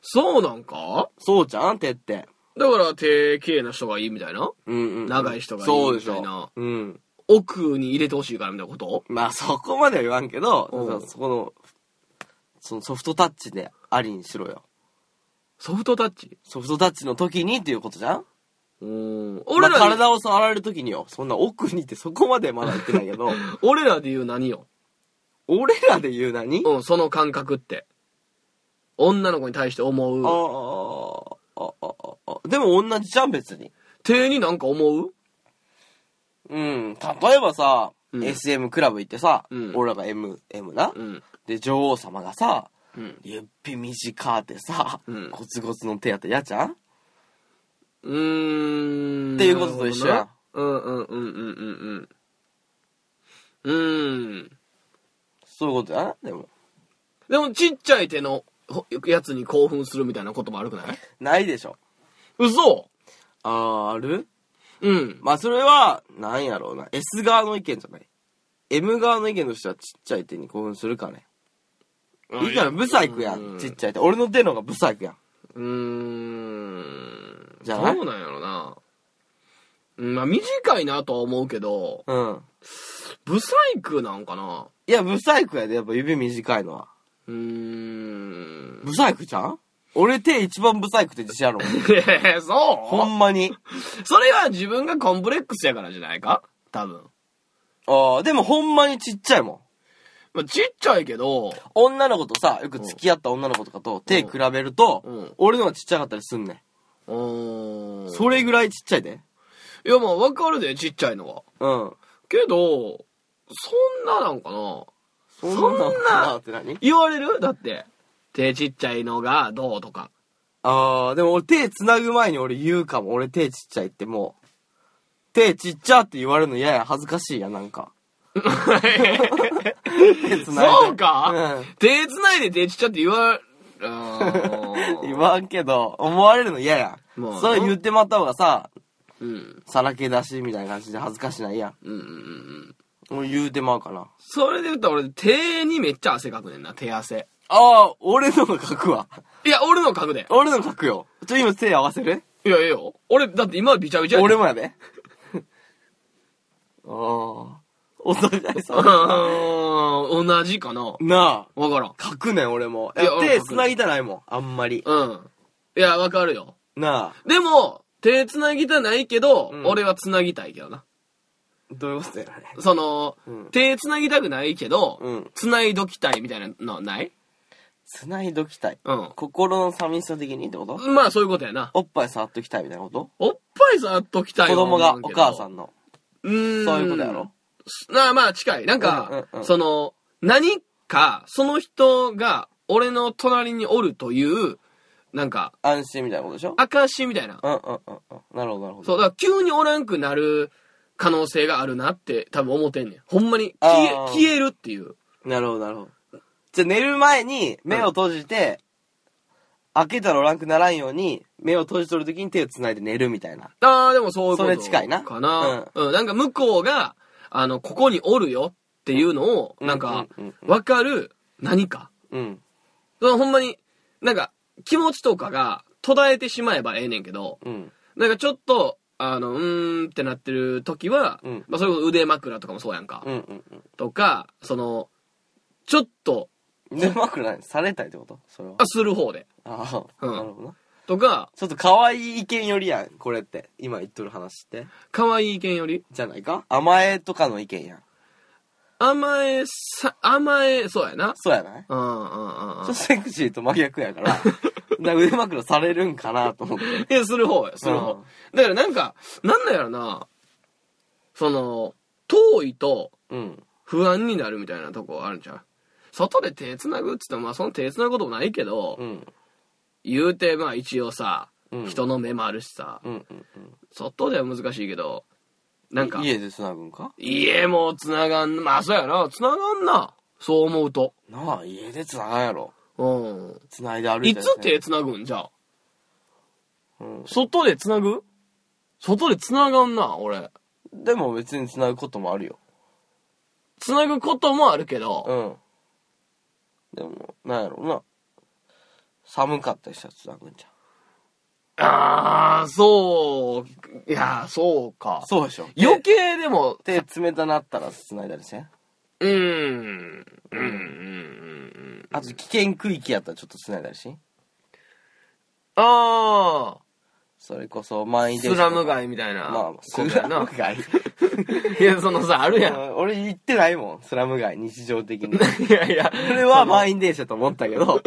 Speaker 1: そうなんか
Speaker 2: そうじゃん手って。
Speaker 1: だから手、綺麗な人がいいみたいな
Speaker 2: うんうんうん。
Speaker 1: 長い人がいい
Speaker 2: そうでし
Speaker 1: みたい
Speaker 2: ょ
Speaker 1: な
Speaker 2: うん。
Speaker 1: 奥に入れてほしいからみたいなこと
Speaker 2: まあそこまでは言わんけど、
Speaker 1: うん
Speaker 2: だからそこの、そのソフトタッチでありにしろよ。
Speaker 1: ソフトタッチ
Speaker 2: ソフトタッチの時にっていうことじゃん
Speaker 1: うーん。俺ら、
Speaker 2: 俺ら、まあ体を触られる時によ。そんな奥にってそこまでまだ言ってないけ
Speaker 1: [laughs]
Speaker 2: ど、
Speaker 1: 俺らで言う何よ
Speaker 2: 俺らで言う何、あ
Speaker 1: うん、その感覚って。女の子に対して
Speaker 2: あ
Speaker 1: 思う。
Speaker 2: ーあああああでも同じじゃん別に。
Speaker 1: 手になんか思う
Speaker 2: うん。例えばさ、
Speaker 1: うん
Speaker 2: SM クラブ行ってさ、
Speaker 1: うん
Speaker 2: 俺らが M、M な、
Speaker 1: うん。
Speaker 2: で、女王様がさ、
Speaker 1: うん。
Speaker 2: 指短ってさ、
Speaker 1: うん
Speaker 2: ゴツゴツの手やったやちゃん
Speaker 1: うーん。
Speaker 2: っていうことと一緒や
Speaker 1: うんうんうんうんうんうん。うーん。
Speaker 2: そういうことやな、でも。
Speaker 1: でもちっちゃい手のほやつに興奮するみたいなことも悪くない
Speaker 2: ないでしょ。
Speaker 1: 嘘
Speaker 2: あー、ある
Speaker 1: うん。
Speaker 2: まあそれは、なんやろうな。S 側の意見じゃない。M 側の意見としてはちっちゃい手に興奮するかね。いいから、ブサイクや
Speaker 1: うん
Speaker 2: ん。ちっちゃい手。俺の手の方がブサイクやん。
Speaker 1: うーん。
Speaker 2: じゃない
Speaker 1: そうなんやろな。うんまあ短いなとは思うけど、
Speaker 2: うん。
Speaker 1: ブサイクなんかない
Speaker 2: や、ブサイクやで、やっぱ指短いのは。
Speaker 1: うーん。
Speaker 2: ブサイクちゃん俺手一番ブサイクって自信あるもん。
Speaker 1: えー、
Speaker 2: [laughs] ほ
Speaker 1: そ
Speaker 2: んまに。
Speaker 1: うそれは自分がコンプレックスやからじゃないか多分。
Speaker 2: ああ、でもほんまにちっちゃいもん。
Speaker 1: まあ、ちっちゃいけど、
Speaker 2: 女の子とさ、よく付き合った女の子とかと手比べると、
Speaker 1: うん
Speaker 2: 俺のがちっちゃかったりすんね
Speaker 1: うーん。
Speaker 2: ん。それぐらいちっちゃいで。
Speaker 1: いや、まあ、わかるで、ちっちゃいのは。
Speaker 2: うん。
Speaker 1: けど、そんななんかな
Speaker 2: そん
Speaker 1: な
Speaker 2: なって何
Speaker 1: 言われるだって、手ちっちゃいのがどうと
Speaker 2: [laughs]
Speaker 1: か。
Speaker 2: ああ、でも俺手繋ぐ前に俺言うかも。俺手ちっちゃいってもう。手ちっちゃって言われるの嫌や。恥ずかしいや、なんか。手繋いで。
Speaker 1: そうか、
Speaker 2: うん
Speaker 1: 手つないで手ちっちゃって言わ、あ
Speaker 2: 言
Speaker 1: ー
Speaker 2: わんけど、思われるの嫌やん。
Speaker 1: まあ
Speaker 2: そう言ってまった方がさ、
Speaker 1: うん。
Speaker 2: さらけ出しみたいな感じで恥ずかしないやん。
Speaker 1: うんうんうんうん。
Speaker 2: もう言うてまうかな。
Speaker 1: それで言ったら俺、手にめっちゃ汗かくねんな、手汗。
Speaker 2: ああ、俺のが書くわ。
Speaker 1: いや、俺のかくで。
Speaker 2: 俺の書くよ。ちょ、今手合わせる
Speaker 1: いや、ええよ。俺、だって今はびちゃびちゃや
Speaker 2: 俺
Speaker 1: も。
Speaker 2: も
Speaker 1: [laughs]
Speaker 2: やで。ああ。お互いうさ。
Speaker 1: ーん、同じかな。
Speaker 2: な
Speaker 1: わからん。
Speaker 2: あ、書くねん、俺も。
Speaker 1: いや俺も
Speaker 2: 手
Speaker 1: 書く
Speaker 2: 繋ぎたないもん、あんまり。
Speaker 1: うん。いや、わかるよ。
Speaker 2: なあ、
Speaker 1: でも、手繋ぎたないけど、
Speaker 2: うん
Speaker 1: 俺は繋ぎたいけどな。
Speaker 2: どういうことやね。
Speaker 1: その、
Speaker 2: うん
Speaker 1: 手繋ぎたくないけど、
Speaker 2: うん
Speaker 1: 繋いどきたいみたいなのはない
Speaker 2: 繋いどきたい。
Speaker 1: う
Speaker 2: 心の寂しさ的にってこと
Speaker 1: ん。まあ、そういうことやな。
Speaker 2: おっぱい触っときたいみたいなこと
Speaker 1: おっぱい触っときたい
Speaker 2: 子供がお母さ
Speaker 1: ん。
Speaker 2: んの。
Speaker 1: うーん。
Speaker 2: そういうことやろ
Speaker 1: なあまあ近い。なんか、
Speaker 2: うんうんうん
Speaker 1: その、何か、その人が俺の隣におるという、なんか、
Speaker 2: 安心みたいなことでしょ
Speaker 1: 証みたいな。
Speaker 2: うんうんうんうん。なるほど、なるほど。
Speaker 1: そう、だから急におらんくなる可能性があるなって多分思ってんねん。ほんまに消え
Speaker 2: あー、
Speaker 1: 消えるっていう。
Speaker 2: なるほど、なるほど。じゃあ寝る前に目を閉じて、開けたらおらんくならんように、目を閉じとる時に手を繋いで寝るみたいな。
Speaker 1: ああ、でもそういうこと
Speaker 2: それ近いな
Speaker 1: かな、うん。なんか向こうが、あの、ここにおるよっていうのを、
Speaker 2: うん
Speaker 1: なんか
Speaker 2: うんうん、うん
Speaker 1: わかる何か。
Speaker 2: うん。
Speaker 1: そのほんまに、なんか、気持ちとかが途絶えてしまえばええねんけど、
Speaker 2: うん。
Speaker 1: なんかちょっと、あの、うーんってなってる時は、
Speaker 2: うん
Speaker 1: まあそれこそ腕枕とかもそうやんか。
Speaker 2: うんうん
Speaker 1: とか、その、ちょっと、
Speaker 2: うん。で、うまくないされたいってことそれは
Speaker 1: あ。する方で。
Speaker 2: ああ、
Speaker 1: うん
Speaker 2: なるほどな。
Speaker 1: とか、
Speaker 2: ちょっと可愛い意見よりやん、これって。今言っとる話って。
Speaker 1: 可愛い意見より、
Speaker 2: じゃないか甘えとかの意見やん。
Speaker 1: 甘えさ、甘え、そうやな。
Speaker 2: そうやない
Speaker 1: うんうんうんう
Speaker 2: ちょっと
Speaker 1: ん。
Speaker 2: セクシーと真逆
Speaker 1: [laughs]
Speaker 2: やから、な腕枕されるんかなと思って。
Speaker 1: いや、する方や、する
Speaker 2: う
Speaker 1: 方
Speaker 2: ん。
Speaker 1: だからなんか、なんだやろな、その、遠いと
Speaker 2: うん。
Speaker 1: 不安になるみたいなとこあるんちゃう外で手繋ぐっつっても、まあその手繋ぐこともないけど、
Speaker 2: うん。
Speaker 1: 言うて、まあ一応さ、
Speaker 2: うん
Speaker 1: 人の目もあるしさ、
Speaker 2: うんうんうん。
Speaker 1: 外では難しいけど、なんか、
Speaker 2: 家で繋ぐんか
Speaker 1: 家も繋がん、まあそうやな、繋がんな。そう思うと。
Speaker 2: なあ、家で繋がんやろ。
Speaker 1: うん。
Speaker 2: 繋いで歩い
Speaker 1: い
Speaker 2: たり
Speaker 1: つ
Speaker 2: して
Speaker 1: 手繋ぐんじゃあ。
Speaker 2: うん
Speaker 1: 外で繋ぐ外で繋がんな、俺。
Speaker 2: でも別に繋ぐこともあるよ。
Speaker 1: 繋ぐこともあるけ
Speaker 2: う
Speaker 1: ど、
Speaker 2: ん。でも、なんやろな。寒かったりしたら繋ぐんじゃ
Speaker 1: ああ、そう、いや、そうか
Speaker 2: ん。。そうでしょ。
Speaker 1: 余計でも、
Speaker 2: 手冷たなったら繋いだりせん
Speaker 1: うーん、うん、うん、うん。
Speaker 2: あと危険区域やったらちょっと繋いだりしん
Speaker 1: ああ、
Speaker 2: それこそ満員電
Speaker 1: ス
Speaker 2: 車とか
Speaker 1: ラム街みたいな。
Speaker 2: まあまあ、ス
Speaker 1: ことや
Speaker 2: ラム
Speaker 1: な。
Speaker 2: 街。
Speaker 1: [laughs] いや、そのさ、あるやん。
Speaker 2: うん俺行ってないもん、スラム街、日常的 [laughs] に。
Speaker 1: いやいや、
Speaker 2: それは満員電車と思ったけ [laughs] ど、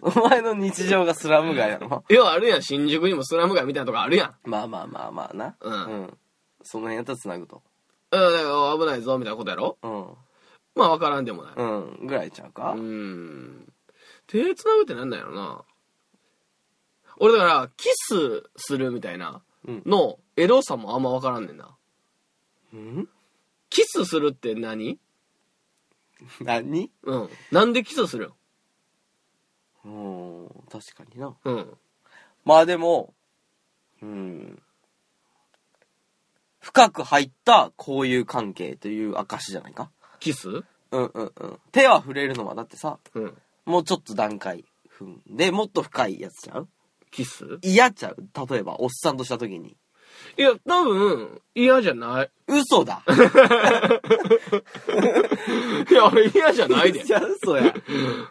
Speaker 2: お前の日常がスラム街やろ。
Speaker 1: 要はあるやん、新宿にもスラム街みたいなとこあるやん。
Speaker 2: まあまあまあまあな。
Speaker 1: うん
Speaker 2: その辺やったら繋ぐと。
Speaker 1: うん、だから危ないぞ、みたいなことやろ
Speaker 2: う
Speaker 1: まあ分からんでもない。
Speaker 2: ん。うん。ぐらいちゃうか
Speaker 1: うーん。手繋ぐってなんなんやろな。俺だから、キスするみたいな
Speaker 2: うん
Speaker 1: の、エロさもあんま分からんねんな。
Speaker 2: うん
Speaker 1: キスするって何
Speaker 2: 何
Speaker 1: うん。なんでキスするん
Speaker 2: うん。確かにな。
Speaker 1: うん。
Speaker 2: まあでも、うん。深く入った交友関係という証じゃないか
Speaker 1: キスうん。
Speaker 2: うんうんうん。手は触れるのはだってさ、もうちょっと段階踏んで、もっと深いやつちゃう
Speaker 1: キス
Speaker 2: 嫌ちゃう例えば、おっさんとした時に。
Speaker 1: いや、多分、嫌じゃない。 [laughs]
Speaker 2: 嘘だ
Speaker 1: いや、俺嫌じゃないで
Speaker 2: じ。ゃあ嘘や。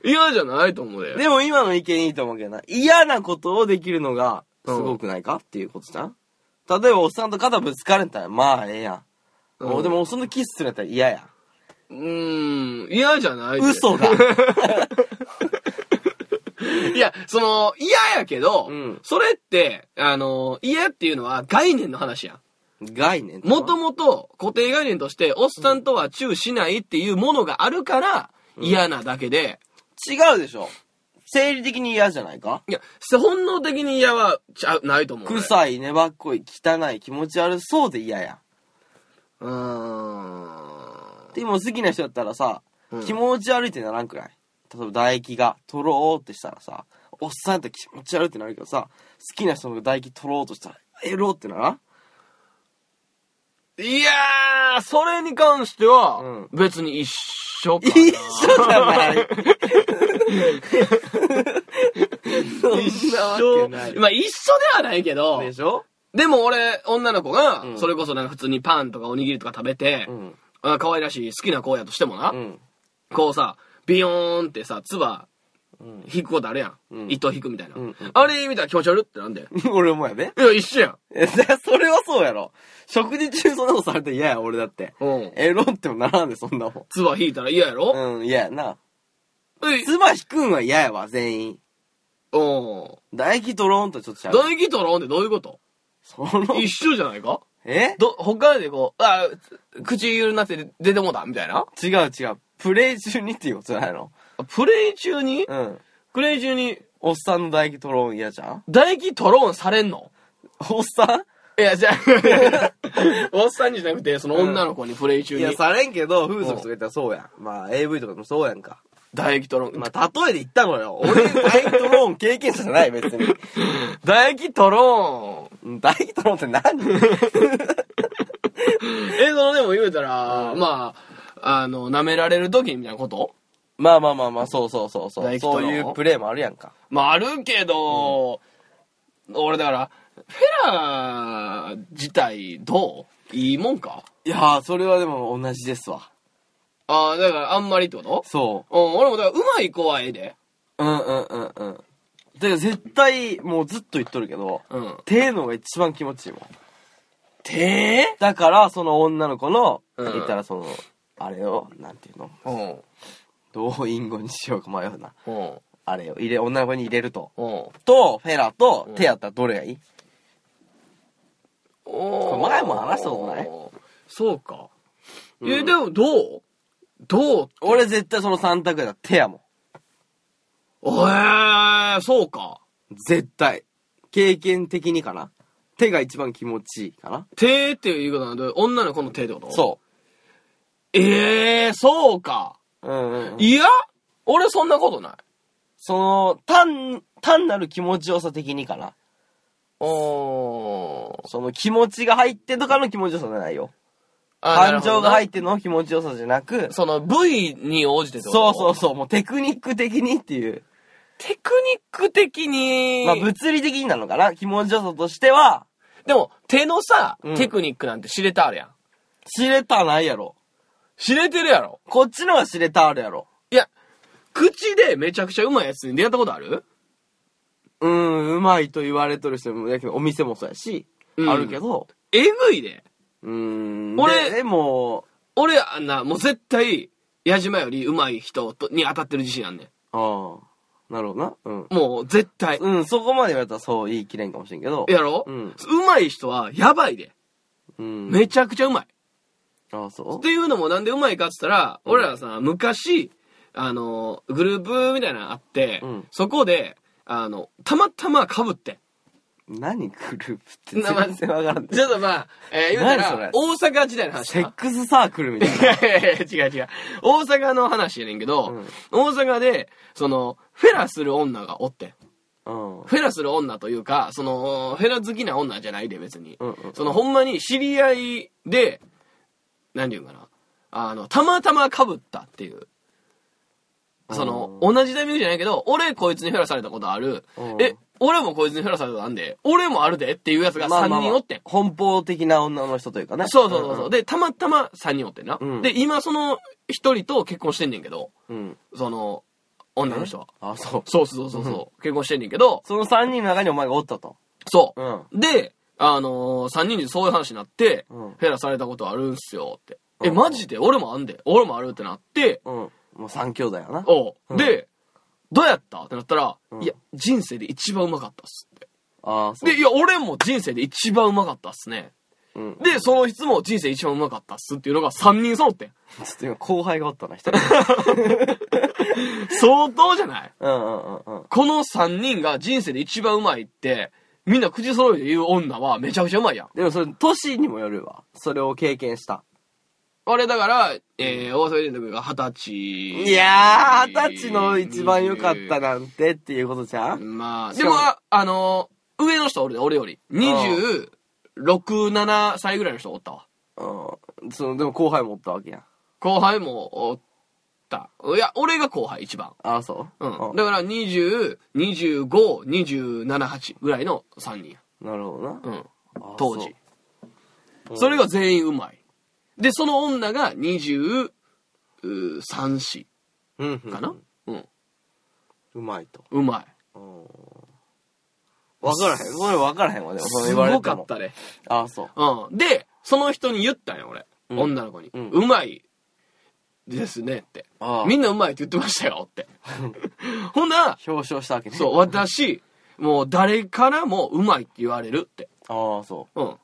Speaker 1: 嫌じゃないと思うで。
Speaker 2: でも今の意見いいと思うけどな。嫌なことをできるのが、すごくないか、っていうことじゃん例えば、おっさんと肩ぶつかれたら、まあ、ええやん。
Speaker 1: うん
Speaker 2: もうでも、おっさんとキスするんやったら嫌や
Speaker 1: うーん、嫌じゃない
Speaker 2: ん。
Speaker 1: で。
Speaker 2: 嘘だ
Speaker 1: [laughs] いや、その、嫌やけど、
Speaker 2: うん
Speaker 1: それって、あの、嫌っていうのは概念の話やん。
Speaker 2: 概念
Speaker 1: もともと固定概念として、おっさんとはチューしないっていうものがあるから、嫌なだけで、
Speaker 2: 違うでしょ。生理的に嫌じゃないか
Speaker 1: いや、本能的に嫌は、ちゃう、ないと思う。俺
Speaker 2: 臭い、粘っこい、汚い、気持ち悪そうで嫌や
Speaker 1: うーん
Speaker 2: ん。。でも、好きな人だったらさ、
Speaker 1: うん
Speaker 2: 気持ち悪いってならんくらい。例えば、唾液が、とろーってしたらさ、おっさんって気持ち悪いってなるけどさ、好きな人の唾液とろーっとしたら、エロってならん
Speaker 1: いやー、それに関しては、
Speaker 2: うん
Speaker 1: 別に一緒かな。
Speaker 2: 一緒じゃない。
Speaker 1: 一
Speaker 2: そ
Speaker 1: 緒
Speaker 2: んなわけない
Speaker 1: まあ一緒ではないけど、
Speaker 2: でしょ
Speaker 1: でも俺、女の子が、
Speaker 2: ん
Speaker 1: それこそなんか普通にパンとかおにぎりとか食べて、
Speaker 2: うん。
Speaker 1: あ可愛らしい好きな子やとしてもな、
Speaker 2: うん。
Speaker 1: こうさ、ビヨーンってさ、唾
Speaker 2: うん
Speaker 1: 引くことあるやん。
Speaker 2: うん
Speaker 1: 糸引くみたいな。
Speaker 2: うんうん
Speaker 1: あれ見たら気持ち悪ってなんで。
Speaker 2: 俺もやで。
Speaker 1: いや、一緒やん。
Speaker 2: えそれはそうやろ。食事中そんなことされたら嫌や、俺だって。
Speaker 1: うん。
Speaker 2: エロってもならんで、そんなも
Speaker 1: 唾引いたら嫌やろ、
Speaker 2: ん。うん、嫌やな。
Speaker 1: えい。
Speaker 2: 唾引くんは嫌やわ、全員。
Speaker 1: うん。
Speaker 2: 唾液取ろうンとちょっとちゃう。
Speaker 1: 唾液取らんでどういうこと
Speaker 2: その、
Speaker 1: 一緒じゃないか
Speaker 2: え
Speaker 1: ど、他でこう、あ、口ゆるなって出てもうたみたいな
Speaker 2: 違う違う。プレイ中にっていうことないの
Speaker 1: プレイ中に
Speaker 2: うん。
Speaker 1: プレイ中に
Speaker 2: おっさんの唾液取ろうン嫌じゃん
Speaker 1: 唾液トローンされんの
Speaker 2: おっさん
Speaker 1: いや、じゃあ、 [laughs] おっさんじゃなくて、その女の子にプレイ中
Speaker 2: い
Speaker 1: に、
Speaker 2: や、されんけど、風俗とか言ったらそうやん。まあ、AV とかでもそうやんか。
Speaker 1: 唾液トローン。
Speaker 2: まあ、例えで言ったのよ。 [laughs] 俺、唾液取ろうン経験者じゃない、別に。
Speaker 1: 唾液トローン。
Speaker 2: [laughs] うん唾液取ろうンって何
Speaker 1: え、そのでも言うたら、まあ、あの、舐められる時みたいなこと
Speaker 2: まあまあまあまあ、そうそうそうそ
Speaker 1: 唾
Speaker 2: う。
Speaker 1: 液取ろ
Speaker 2: そうういうプレイもあるやんか。
Speaker 1: まあ、あるけど、俺だから、フェラー自体どういいもんか
Speaker 2: いやー、それはでも同じですわ。
Speaker 1: ああ、だからあんまりってこと
Speaker 2: そ
Speaker 1: うん、俺もだから、うまい子はええで。
Speaker 2: う。うんうんうんうん。だから絶対、もうずっと言っとるけど、
Speaker 1: うん。
Speaker 2: 手の方が一番気持ちいいもん。
Speaker 1: 手
Speaker 2: だから、その女の子の、
Speaker 1: うん
Speaker 2: 言ったらその、あれを、なんていうの
Speaker 1: うん。
Speaker 2: どうインゴにしようか迷うな。
Speaker 1: うん。
Speaker 2: あれを入れ、女の子に入れると。
Speaker 1: うん。
Speaker 2: と、フェラと
Speaker 1: うん、
Speaker 2: 手やったらどれがいい、
Speaker 1: おー
Speaker 2: 前も話したことない
Speaker 1: そうか。
Speaker 2: うん
Speaker 1: え、でもどうどう
Speaker 2: 俺絶対その三択やったら手やも
Speaker 1: えー、そうか。
Speaker 2: ん。絶対。経験的にかな手が一番気持ちいいかな
Speaker 1: 手っていうことなんで、女の子の手ってことう。
Speaker 2: そ
Speaker 1: ええー、そうか。
Speaker 2: う。うんうん、
Speaker 1: いや俺そんなことない。
Speaker 2: その、単、単なる気持ちよさ的にかな
Speaker 1: おー。
Speaker 2: その気持ちが入ってとかの気持ちよさじゃないよ。
Speaker 1: あ
Speaker 2: 感情が入
Speaker 1: っ
Speaker 2: っての気持ちよさじゃなく、
Speaker 1: その部位に応じてってこ
Speaker 2: そ
Speaker 1: と
Speaker 2: うそうそう、もうテクニック的にっていう。
Speaker 1: テクニック的に、
Speaker 2: まあ物理的になのかな気持ちよさとしては、
Speaker 1: でも手のさ、
Speaker 2: うん
Speaker 1: テクニックなんて知れたあるやん。
Speaker 2: 知れたないやろ。
Speaker 1: 知れてるやろ。
Speaker 2: こっちのが知れたあるやろ。
Speaker 1: いや、口でめちゃくちゃうまいやつに出会ったことある
Speaker 2: うん、うまいと言われとる人も、やけどお店もそうやし、
Speaker 1: うん
Speaker 2: あるけど、
Speaker 1: えぐいで。
Speaker 2: うん、
Speaker 1: 俺
Speaker 2: ででも、
Speaker 1: 俺、あんな、もう絶対、矢島よりうまい人とに当たってる自信あんね
Speaker 2: ああ、なるほどな。うん。
Speaker 1: ん。もう絶対。
Speaker 2: うん、そこまで言われたらそう言い切れんかもしれんけど。
Speaker 1: やろ
Speaker 2: うん
Speaker 1: うまい人はやばいで。
Speaker 2: うん。
Speaker 1: めちゃくちゃうまい。
Speaker 2: ああ、そ
Speaker 1: っていうのもなんでうまいかっつったら、
Speaker 2: ん
Speaker 1: 俺らさ、昔、あの、グループみたいなのあって、
Speaker 2: うん
Speaker 1: そこで、あの、たまたま被って。
Speaker 2: う何グループ
Speaker 1: な
Speaker 2: って全然わからん。
Speaker 1: ちょっとまあ、えー、言うた
Speaker 2: 何それ
Speaker 1: ら、大阪時代の話
Speaker 2: セ
Speaker 1: か
Speaker 2: ックスサークルみたいな。
Speaker 1: [laughs] いやいやいや違う違う。大阪の話やねんけど、
Speaker 2: うん
Speaker 1: 大阪で、その、フェラする女がおってん。
Speaker 2: うん。
Speaker 1: フェラする女というか、その、フェラ好きな女じゃないで別に。
Speaker 2: うんうん
Speaker 1: その、ほんまに知り合いで、なんていうんかな。あの、たまたま被ったっていう。その、同じタイミングじゃないけど、俺こいつにフェラされたことある
Speaker 2: うん。
Speaker 1: え、俺もこいつにフェラされたことあんで、俺もあるでっていうやつが
Speaker 2: まあ
Speaker 1: 3
Speaker 2: まあまあ
Speaker 1: 人おってん。
Speaker 2: 奔放的な女の人というかね。
Speaker 1: そうそうそうそう。
Speaker 2: う。
Speaker 1: で、たまたま3人おってんな。
Speaker 2: うん
Speaker 1: で、今その一人と結婚してんねんけど、
Speaker 2: うん。
Speaker 1: その、女の人は。
Speaker 2: あ、そう。
Speaker 1: そうそうそうそう。結婚してんねんけど、
Speaker 2: その3人の中にお前がおったと。
Speaker 1: そう
Speaker 2: う。ん。
Speaker 1: で、あのー、3人でそういう話になって、
Speaker 2: うん
Speaker 1: フェラされたことあるんすよって。
Speaker 2: うん
Speaker 1: え、マジで俺もあんで、俺もあるってなって、
Speaker 2: うん。もう3兄弟やな。
Speaker 1: おう
Speaker 2: うん
Speaker 1: で、どうやったってなったら、
Speaker 2: うん
Speaker 1: いや、人生で一番うまかったっすって。
Speaker 2: ああ、そう。
Speaker 1: で、いや、俺も人生で一番うまかったっすね。
Speaker 2: うん。
Speaker 1: で、その人も人生一番うまかったっすっていうのが3人揃ってん。
Speaker 2: ちょっと今後輩がおったな、一人。
Speaker 1: 相当じゃない
Speaker 2: [laughs] うんうんうんうん。
Speaker 1: この3人が人生で一番うまいって、みんな口揃えて言う女はめちゃくちゃうまいやん。
Speaker 2: でもそれ、年にもよるわ。それを経験した。
Speaker 1: 俺だから、えー、大阪での時が二十歳。
Speaker 2: いやー、二十歳の一番良かったなんてっていうことじゃん
Speaker 1: まあ、
Speaker 2: し
Speaker 1: で
Speaker 2: か
Speaker 1: も、
Speaker 2: も
Speaker 1: ああのー、上の人おるで、俺より。26、7歳ぐらいの人おったわ。
Speaker 2: うん。その、でも後輩もおったわけやん。
Speaker 1: 後輩もおった。いや、俺が後輩一番。
Speaker 2: ああ、そう
Speaker 1: う。
Speaker 2: うん
Speaker 1: だから20、25、27、8ぐらいの3人や。
Speaker 2: なるほどな。
Speaker 1: うん。
Speaker 2: あ
Speaker 1: 当時。。
Speaker 2: そう
Speaker 1: それが全員うまい。で、その女が23、4
Speaker 2: うん。うん
Speaker 1: かなうん。
Speaker 2: うまいと。
Speaker 1: うまい。
Speaker 2: うんわからへん。それわからへんわ、でも。それ
Speaker 1: す
Speaker 2: 言われ
Speaker 1: ご
Speaker 2: て
Speaker 1: か
Speaker 2: も
Speaker 1: ったね。
Speaker 2: ああ、そう。
Speaker 1: うん。で、その人に言ったんよ、俺。
Speaker 2: うん
Speaker 1: 女の子に、う
Speaker 2: うん
Speaker 1: まい。ですねって
Speaker 2: ああ。
Speaker 1: みんなうまいって言ってましたよ
Speaker 2: [laughs]
Speaker 1: って。ほんなら、
Speaker 2: 表彰したわけね。
Speaker 1: そう、私、もう誰からもうまいって言われるって。
Speaker 2: ああ、そ
Speaker 1: うん。
Speaker 2: う。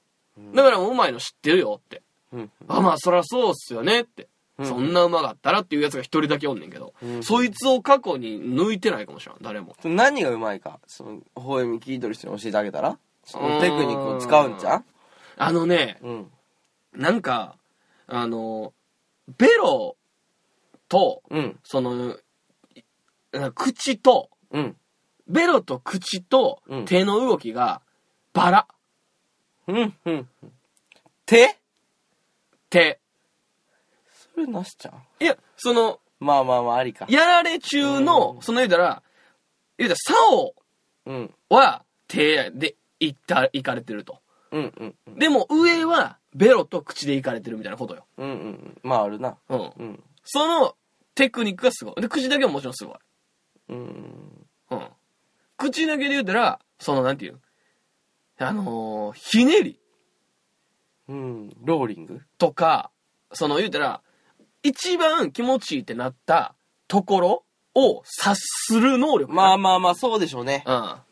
Speaker 1: だからもううまいの知ってるよって。
Speaker 2: うん、
Speaker 1: あ、まあそらそうっすよねって。
Speaker 2: うん
Speaker 1: そんなうまかったらっていうやつが一人だけおんねんけど、
Speaker 2: うん
Speaker 1: そいつを過去に抜いてないかもしれん、誰も。
Speaker 2: 何がうまいか、その、ほえみ聞いとる人に教えてあげたら、そのテクニックを使うんじゃん
Speaker 1: あのね、
Speaker 2: うん。
Speaker 1: なんか、あの、ベロと、
Speaker 2: うん。
Speaker 1: その、いなんか口と、
Speaker 2: うん。
Speaker 1: ベロと口と
Speaker 2: うん
Speaker 1: 手の動きがバラ、
Speaker 2: うん。うん。手
Speaker 1: 手。
Speaker 2: それなしちゃう
Speaker 1: いや、その、
Speaker 2: まあまあまあ、ありか。
Speaker 1: やられ中の、その言うたら、言うたら、竿
Speaker 2: うん。
Speaker 1: は手でいった、いかれてると。
Speaker 2: うんうんうん。
Speaker 1: でも上はベロと口でいかれてるみたいなことよ。
Speaker 2: うんうんうん。まあ、あるな。
Speaker 1: うん。
Speaker 2: うん。
Speaker 1: そのテクニックがすごい。で、口だけはもちろんすごい。
Speaker 2: うん。
Speaker 1: うん。口だけで言うたら、その、なんていうあのーひねり
Speaker 2: うん。ローリング
Speaker 1: とか、その言うたら、一番気持ちいいってなったところを察する能力。
Speaker 2: まあまあまあ、そうでしょうね。
Speaker 1: あ。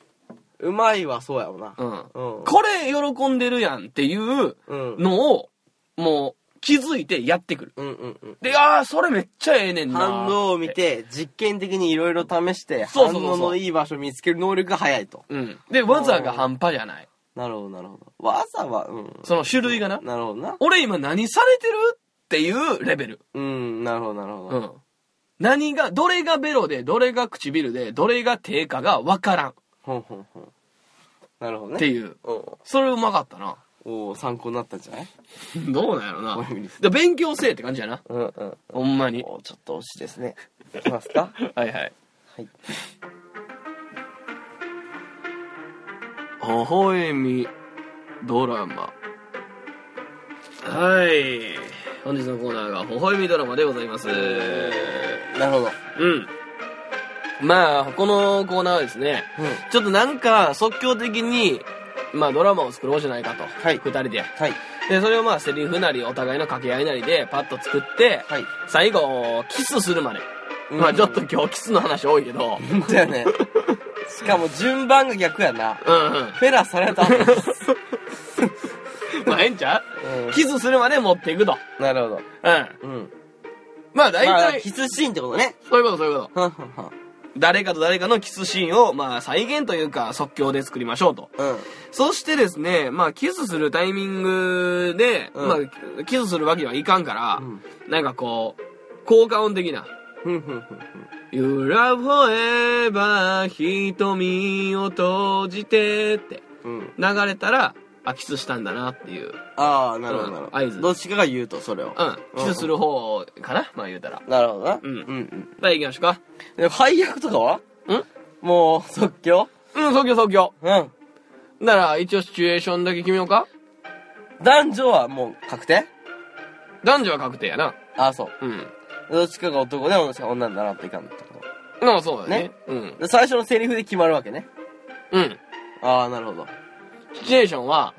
Speaker 2: うまいはそうやろな。
Speaker 1: うん。うん。
Speaker 2: うん。
Speaker 1: これ喜んでるやんっていう
Speaker 2: うん。
Speaker 1: のを、もう気づいてやってくる。
Speaker 2: うんうんうん。
Speaker 1: で、ああ、それめっちゃええねんなーって。
Speaker 2: 反応を見て、実験的にいろいろ試して、
Speaker 1: そう
Speaker 2: 反
Speaker 1: そうそうそう
Speaker 2: 応のいい場所を見つける能力が早いと。
Speaker 1: うん。で、技が半端じゃない。
Speaker 2: なるほど、なるほど。わざは、うん。
Speaker 1: その種類がな。
Speaker 2: なるほどな。
Speaker 1: 俺今何されてるっていうレベル。
Speaker 2: うん、なるほど、なるほ
Speaker 1: う
Speaker 2: ど。
Speaker 1: ん。何が、どれがベロで、どれが唇で、どれが手かが分からんっ
Speaker 2: ほんほんほん。なるほどね。
Speaker 1: ていう。
Speaker 2: うん。
Speaker 1: それうまかったな。
Speaker 2: おお参考になったんじゃない
Speaker 1: [laughs] どうなんやろな
Speaker 2: 俺無理っ。す
Speaker 1: で勉強せえって感じやな。
Speaker 2: うんうん。
Speaker 1: ほんまに。
Speaker 2: おちょっと惜しいですね。いきますか
Speaker 1: はいはい。
Speaker 2: はい。
Speaker 1: 微笑みドラマ。はい。本日のコーナーが、微笑みドラマでございます。
Speaker 2: なるほど。
Speaker 1: うん。まあ、このコーナーはですね、
Speaker 2: うん。
Speaker 1: ちょっとなんか即興的に、まあドラマを作ろうじゃないかと。
Speaker 2: はい
Speaker 1: 二人で。
Speaker 2: はい。
Speaker 1: で、それをまあセリフなり、お互いの掛け合いなりでパッと作って、
Speaker 2: はい。
Speaker 1: 最後、キスするまで。
Speaker 2: うん
Speaker 1: まあちょっと今日キスの話多いけど、
Speaker 2: 本当やね。しかも順番が逆やな。
Speaker 1: うんうん。
Speaker 2: フェラされた後です。
Speaker 1: まあええんちゃ [laughs] う
Speaker 2: う
Speaker 1: キスするまで持っていくと。
Speaker 2: ん。なるほど。
Speaker 1: うん。
Speaker 2: うん。
Speaker 1: まあ大
Speaker 2: まあ、
Speaker 1: 体、
Speaker 2: キスシーンってことね。
Speaker 1: そういうことそういうこと。
Speaker 2: はんはんはん。
Speaker 1: 誰かと誰かのキスシーンをまあ再現というか即興で作りましょうと。
Speaker 2: うん。
Speaker 1: そしてですね、まあ、キスするタイミングで、
Speaker 2: うん
Speaker 1: まあ、キスするわけにはいかんから、
Speaker 2: う
Speaker 1: なんかこう、効果音的な、
Speaker 2: ふんふんふん
Speaker 1: You love forever 瞳を閉じてって
Speaker 2: ふん。うん。
Speaker 1: 流れたら、あ、キスしたんだなっていう。
Speaker 2: ああ、なるほど、なるほ
Speaker 1: 合
Speaker 2: ど。
Speaker 1: 図
Speaker 2: どっちかが言うと、それを。
Speaker 1: うん。キスする方かなまあ言うたら。
Speaker 2: なるほどな。
Speaker 1: うん
Speaker 2: うんうん。
Speaker 1: はい、行きましょうか。
Speaker 2: で、配役とかは
Speaker 1: ん
Speaker 2: もう、即興
Speaker 1: うん、即興即興。
Speaker 2: うん。
Speaker 1: なら、一応シチュエーションだけ決めようか
Speaker 2: 男女はもう確定
Speaker 1: 男女は確定やな。
Speaker 2: ああ、そう。
Speaker 1: うん。
Speaker 2: どっちかが男で、どっちかが女にならんといかんってこ
Speaker 1: まあそうだね
Speaker 2: ね
Speaker 1: うん
Speaker 2: と。。で、最初のセリフで決まるわけね。
Speaker 1: うん。
Speaker 2: ああ、なるほど。
Speaker 1: シチュエーションは、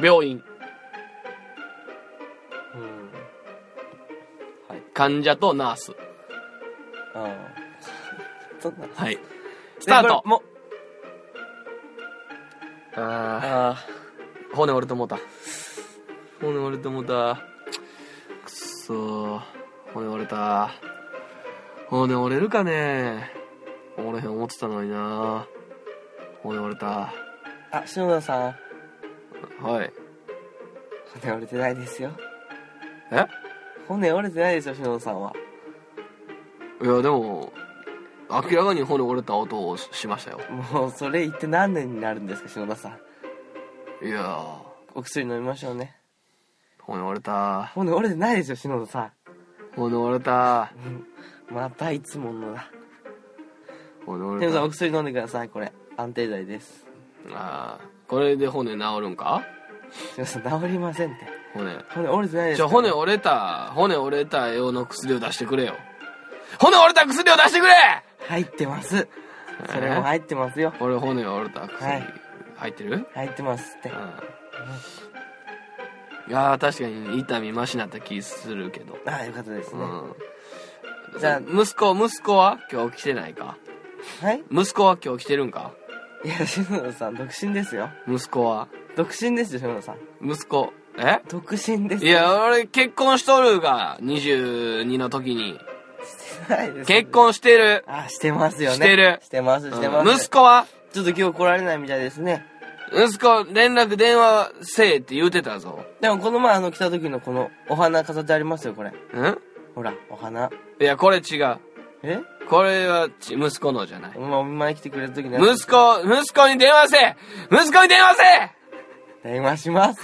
Speaker 1: 病院。
Speaker 2: うん。
Speaker 1: 患者とナース。
Speaker 2: ああ。そんな。
Speaker 1: はい。スタート
Speaker 2: でこれも
Speaker 1: あ
Speaker 2: あ
Speaker 1: ー骨折れてもうた。骨折れてもうた。くっそー。骨折れた。骨折れるかね折れへん思ってたのにな骨折れた。
Speaker 2: あ、あ、篠田さん、
Speaker 1: はい。
Speaker 2: 骨折れてないですよ。
Speaker 1: え
Speaker 2: 骨折れてないですよ、篠田さんは。
Speaker 1: いや、でも、明らかに骨折れた音をししましたよ。
Speaker 2: もう、それ言って何年になるんですか、篠田さん。
Speaker 1: いやー、
Speaker 2: お薬飲みましょうね。
Speaker 1: 骨折れた。
Speaker 2: 骨折れてないですよ、篠田さ
Speaker 1: 骨折れた。
Speaker 2: ん。またいつものだ。
Speaker 1: 骨折れ
Speaker 2: 篠田さん、
Speaker 1: た
Speaker 2: お。薬飲んでください、これ。安定剤です。
Speaker 1: あー、これで骨治るんか
Speaker 2: 篠田さん、治りませんって。
Speaker 1: 骨。
Speaker 2: 骨折れてないです
Speaker 1: じゃ
Speaker 2: よ
Speaker 1: あ骨折れた、骨折れた用の薬を出してくれよ。骨折れた薬を出してくれ
Speaker 2: 入ってます。それも入ってますよ。
Speaker 1: これ骨折れた薬、
Speaker 2: はい
Speaker 1: 入ってる
Speaker 2: 入ってますって。
Speaker 1: うん。いやー確かに痛みマシなった気するけど
Speaker 2: ああよかったです
Speaker 1: う
Speaker 2: ね、
Speaker 1: ん
Speaker 2: じゃ
Speaker 1: 息子息子は今日来てないか
Speaker 2: あはい
Speaker 1: 息子は今日来てるんか
Speaker 2: いや篠田さん独身ですよ
Speaker 1: 息子は
Speaker 2: 独身ですよ篠田さん
Speaker 1: 息子え
Speaker 2: 独身です
Speaker 1: いや俺結婚しとるが22の時に
Speaker 2: してないです
Speaker 1: 結婚してる
Speaker 2: あしてますよね
Speaker 1: してる
Speaker 2: してますしてます、
Speaker 1: 息子は
Speaker 2: ちょっと今日来られないみたいですね
Speaker 1: 息子連絡電話せえって言うてたぞ
Speaker 2: でもこの前あの来た時のこのお花飾ってありますよこれ
Speaker 1: うん
Speaker 2: ほらお花
Speaker 1: いやこれ違う
Speaker 2: え
Speaker 1: これはち息子のじゃない
Speaker 2: まあお見舞い来てくれた時に
Speaker 1: 息子息子に電話せえ息子に電話せえ
Speaker 2: 電話します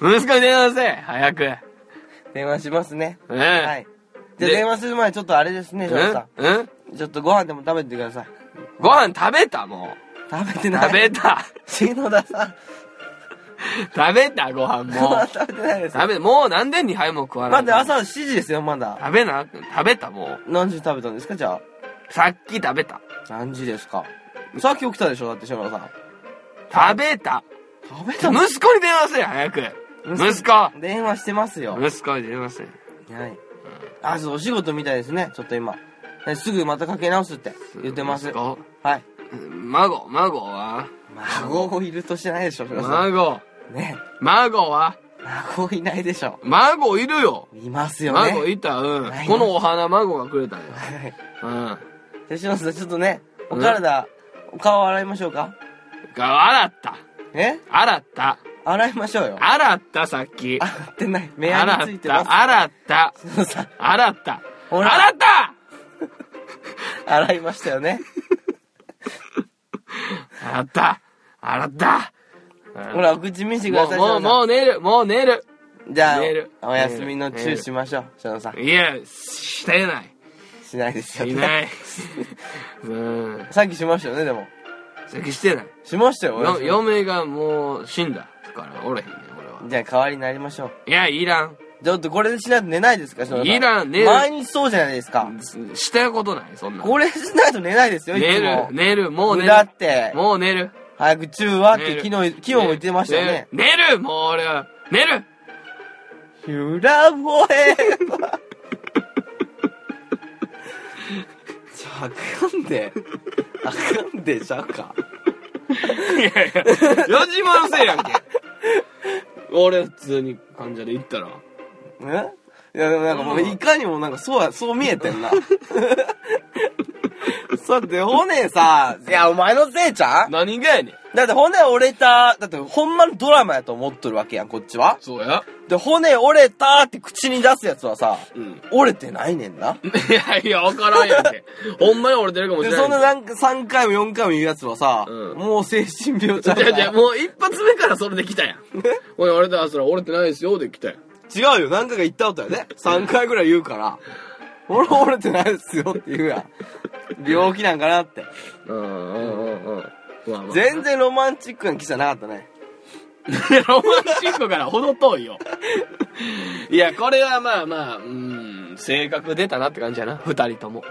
Speaker 1: 息子に電話せえ早く
Speaker 2: 電話しますね
Speaker 1: うん、
Speaker 2: はいじゃあ
Speaker 1: で
Speaker 2: 電話する前にちょっとあれですね
Speaker 1: う
Speaker 2: 翔さ
Speaker 1: んうん
Speaker 2: んちょっとご飯でも食べてください
Speaker 1: ご飯食べたも
Speaker 2: 食べて
Speaker 1: う
Speaker 2: ない
Speaker 1: 食べた
Speaker 2: 篠田さん
Speaker 1: 食べたご飯
Speaker 2: ご
Speaker 1: も
Speaker 2: [laughs] 飯
Speaker 1: う
Speaker 2: 食べてないです
Speaker 1: 食べもう何で2杯も食わない
Speaker 2: 待って朝7時ですよまだ
Speaker 1: 食べな食べたもう
Speaker 2: 何時に食べたんですかじゃあ
Speaker 1: さっき食べた
Speaker 2: 何時ですかさっき起きたでしょだって篠田さん
Speaker 1: 食べた
Speaker 2: 食べ
Speaker 1: 息子
Speaker 2: の
Speaker 1: に電話せえ早く息子
Speaker 2: 電話してますよ
Speaker 1: 息子に電話せえ
Speaker 2: はい。あ、そう、お仕事みたいですね、ちょっと今。ねすぐまたかけ直すって言ってます。
Speaker 1: 息
Speaker 2: は
Speaker 1: 子
Speaker 2: い。
Speaker 1: 孫孫は
Speaker 2: 孫をいるとしてないでしょ、皆さ
Speaker 1: 孫
Speaker 2: ん。ね。
Speaker 1: 孫は
Speaker 2: 孫いないでしょ。
Speaker 1: 孫いるよ
Speaker 2: いますよね。
Speaker 1: 孫いたうん
Speaker 2: はい
Speaker 1: このお花孫がくれたんよ
Speaker 2: はい。
Speaker 1: うん
Speaker 2: じゃあ、篠田さん、ちょっとね、お体、お顔洗いましょうか。
Speaker 1: が洗った
Speaker 2: え
Speaker 1: 洗った
Speaker 2: 洗いましょうよ。
Speaker 1: 洗ったさっき
Speaker 2: 洗ってない。目
Speaker 1: 洗
Speaker 2: やにつ
Speaker 1: っ
Speaker 2: いてます
Speaker 1: た。洗った
Speaker 2: 篠田さん、
Speaker 1: 洗った
Speaker 2: ほら
Speaker 1: 洗った
Speaker 2: 洗いましたよね。
Speaker 1: 洗った洗ったうん
Speaker 2: ほら、お口見せてください、
Speaker 1: もうもう
Speaker 2: 篠田さ
Speaker 1: もう寝るもう寝る
Speaker 2: ん。じゃ
Speaker 1: 寝る
Speaker 2: あ、お休みのチ
Speaker 1: 寝
Speaker 2: ュー
Speaker 1: る
Speaker 2: しましょう、篠田さん。
Speaker 1: いやしてない
Speaker 2: しないですよ
Speaker 1: い
Speaker 2: ね。 [laughs]
Speaker 1: ないうん
Speaker 2: さっきしましたよね、でも。
Speaker 1: 席してない
Speaker 2: しましたよ、
Speaker 1: よ
Speaker 2: 私
Speaker 1: 嫁がもう死んだからおれへんねん俺は
Speaker 2: じゃあ代わりになりましょう。
Speaker 1: いやいらん
Speaker 2: ちょっとこれでしないと寝ないですか、翔太さ
Speaker 1: いらん寝る
Speaker 2: 毎日そうじゃないですか。
Speaker 1: すしたことないそんなん
Speaker 2: これしないと寝ないですよ、い
Speaker 1: 寝
Speaker 2: つ
Speaker 1: る
Speaker 2: も。
Speaker 1: 寝るもう寝る
Speaker 2: だって、
Speaker 1: もう寝る
Speaker 2: 早く中はっ
Speaker 1: 寝
Speaker 2: て
Speaker 1: る
Speaker 2: 昨日、昨日も言ってましたよね。
Speaker 1: 寝る寝るもう俺は寝
Speaker 2: [laughs]
Speaker 1: る
Speaker 2: ゆらぼえば。ちゃあかんで。あかんでちゃうか。
Speaker 1: いやいや四時間のせいやんけ俺普通に患者で行ったら
Speaker 2: んいやでもなんかもういかにもなんかそうや、そう見えてんな。さて、骨さ、いや、お前のせいちゃん
Speaker 1: 何がやねん
Speaker 2: だって骨折れた、だってほんまのドラマやと思っとるわけやん、こっちは。
Speaker 1: そうや
Speaker 2: で、骨折れたって口に出すやつはさ、
Speaker 1: うん
Speaker 2: 折れてないねんな。
Speaker 1: いやいや、わからんやん
Speaker 2: [laughs]
Speaker 1: け。ほんまに俺出るかもし
Speaker 2: で、
Speaker 1: れない。
Speaker 2: そんななんか3回も4回も言うやつはさ、
Speaker 1: うん
Speaker 2: もう精神病ちゃう
Speaker 1: じ
Speaker 2: か
Speaker 1: ゃじゃ
Speaker 2: ら
Speaker 1: もう一発目からそれで来
Speaker 2: [laughs]
Speaker 1: たやん。おい、俺だ、それ折れてないですよ、で来たやん。
Speaker 2: 違うよ、何回か言ったことやね。3回ぐらい言うから、俺折れてないですよって言うやん。病気なんかなって。
Speaker 1: うんうんうんうん。まあまあ、
Speaker 2: 全然ロマンチックな気じゃなかったね。
Speaker 1: ロマンチックからほど遠いよ。 [laughs] いや、これはまあまあ、うん、性格出たなって感じやな、二人とも。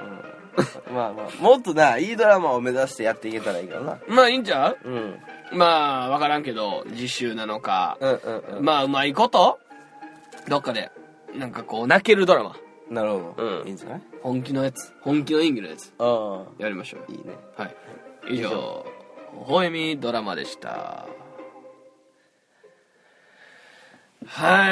Speaker 2: まあまあ、もっとな、いいドラマを目指してやっていけたらいいけどな。
Speaker 1: まあいいんちゃう
Speaker 2: うん。うん
Speaker 1: まあ、わからんけど、自習なのか、
Speaker 2: うんうん。
Speaker 1: まあ、うまいことどっかで、なんかこう、泣けるドラマ。
Speaker 2: なるほど。
Speaker 1: うん
Speaker 2: いいんじゃない
Speaker 1: 本気のやつ。本気の演技のやつ。
Speaker 2: あ
Speaker 1: やりましょうよ
Speaker 2: あ。いい
Speaker 1: はい。以
Speaker 2: ね。
Speaker 1: 上、微笑みドラマでした。は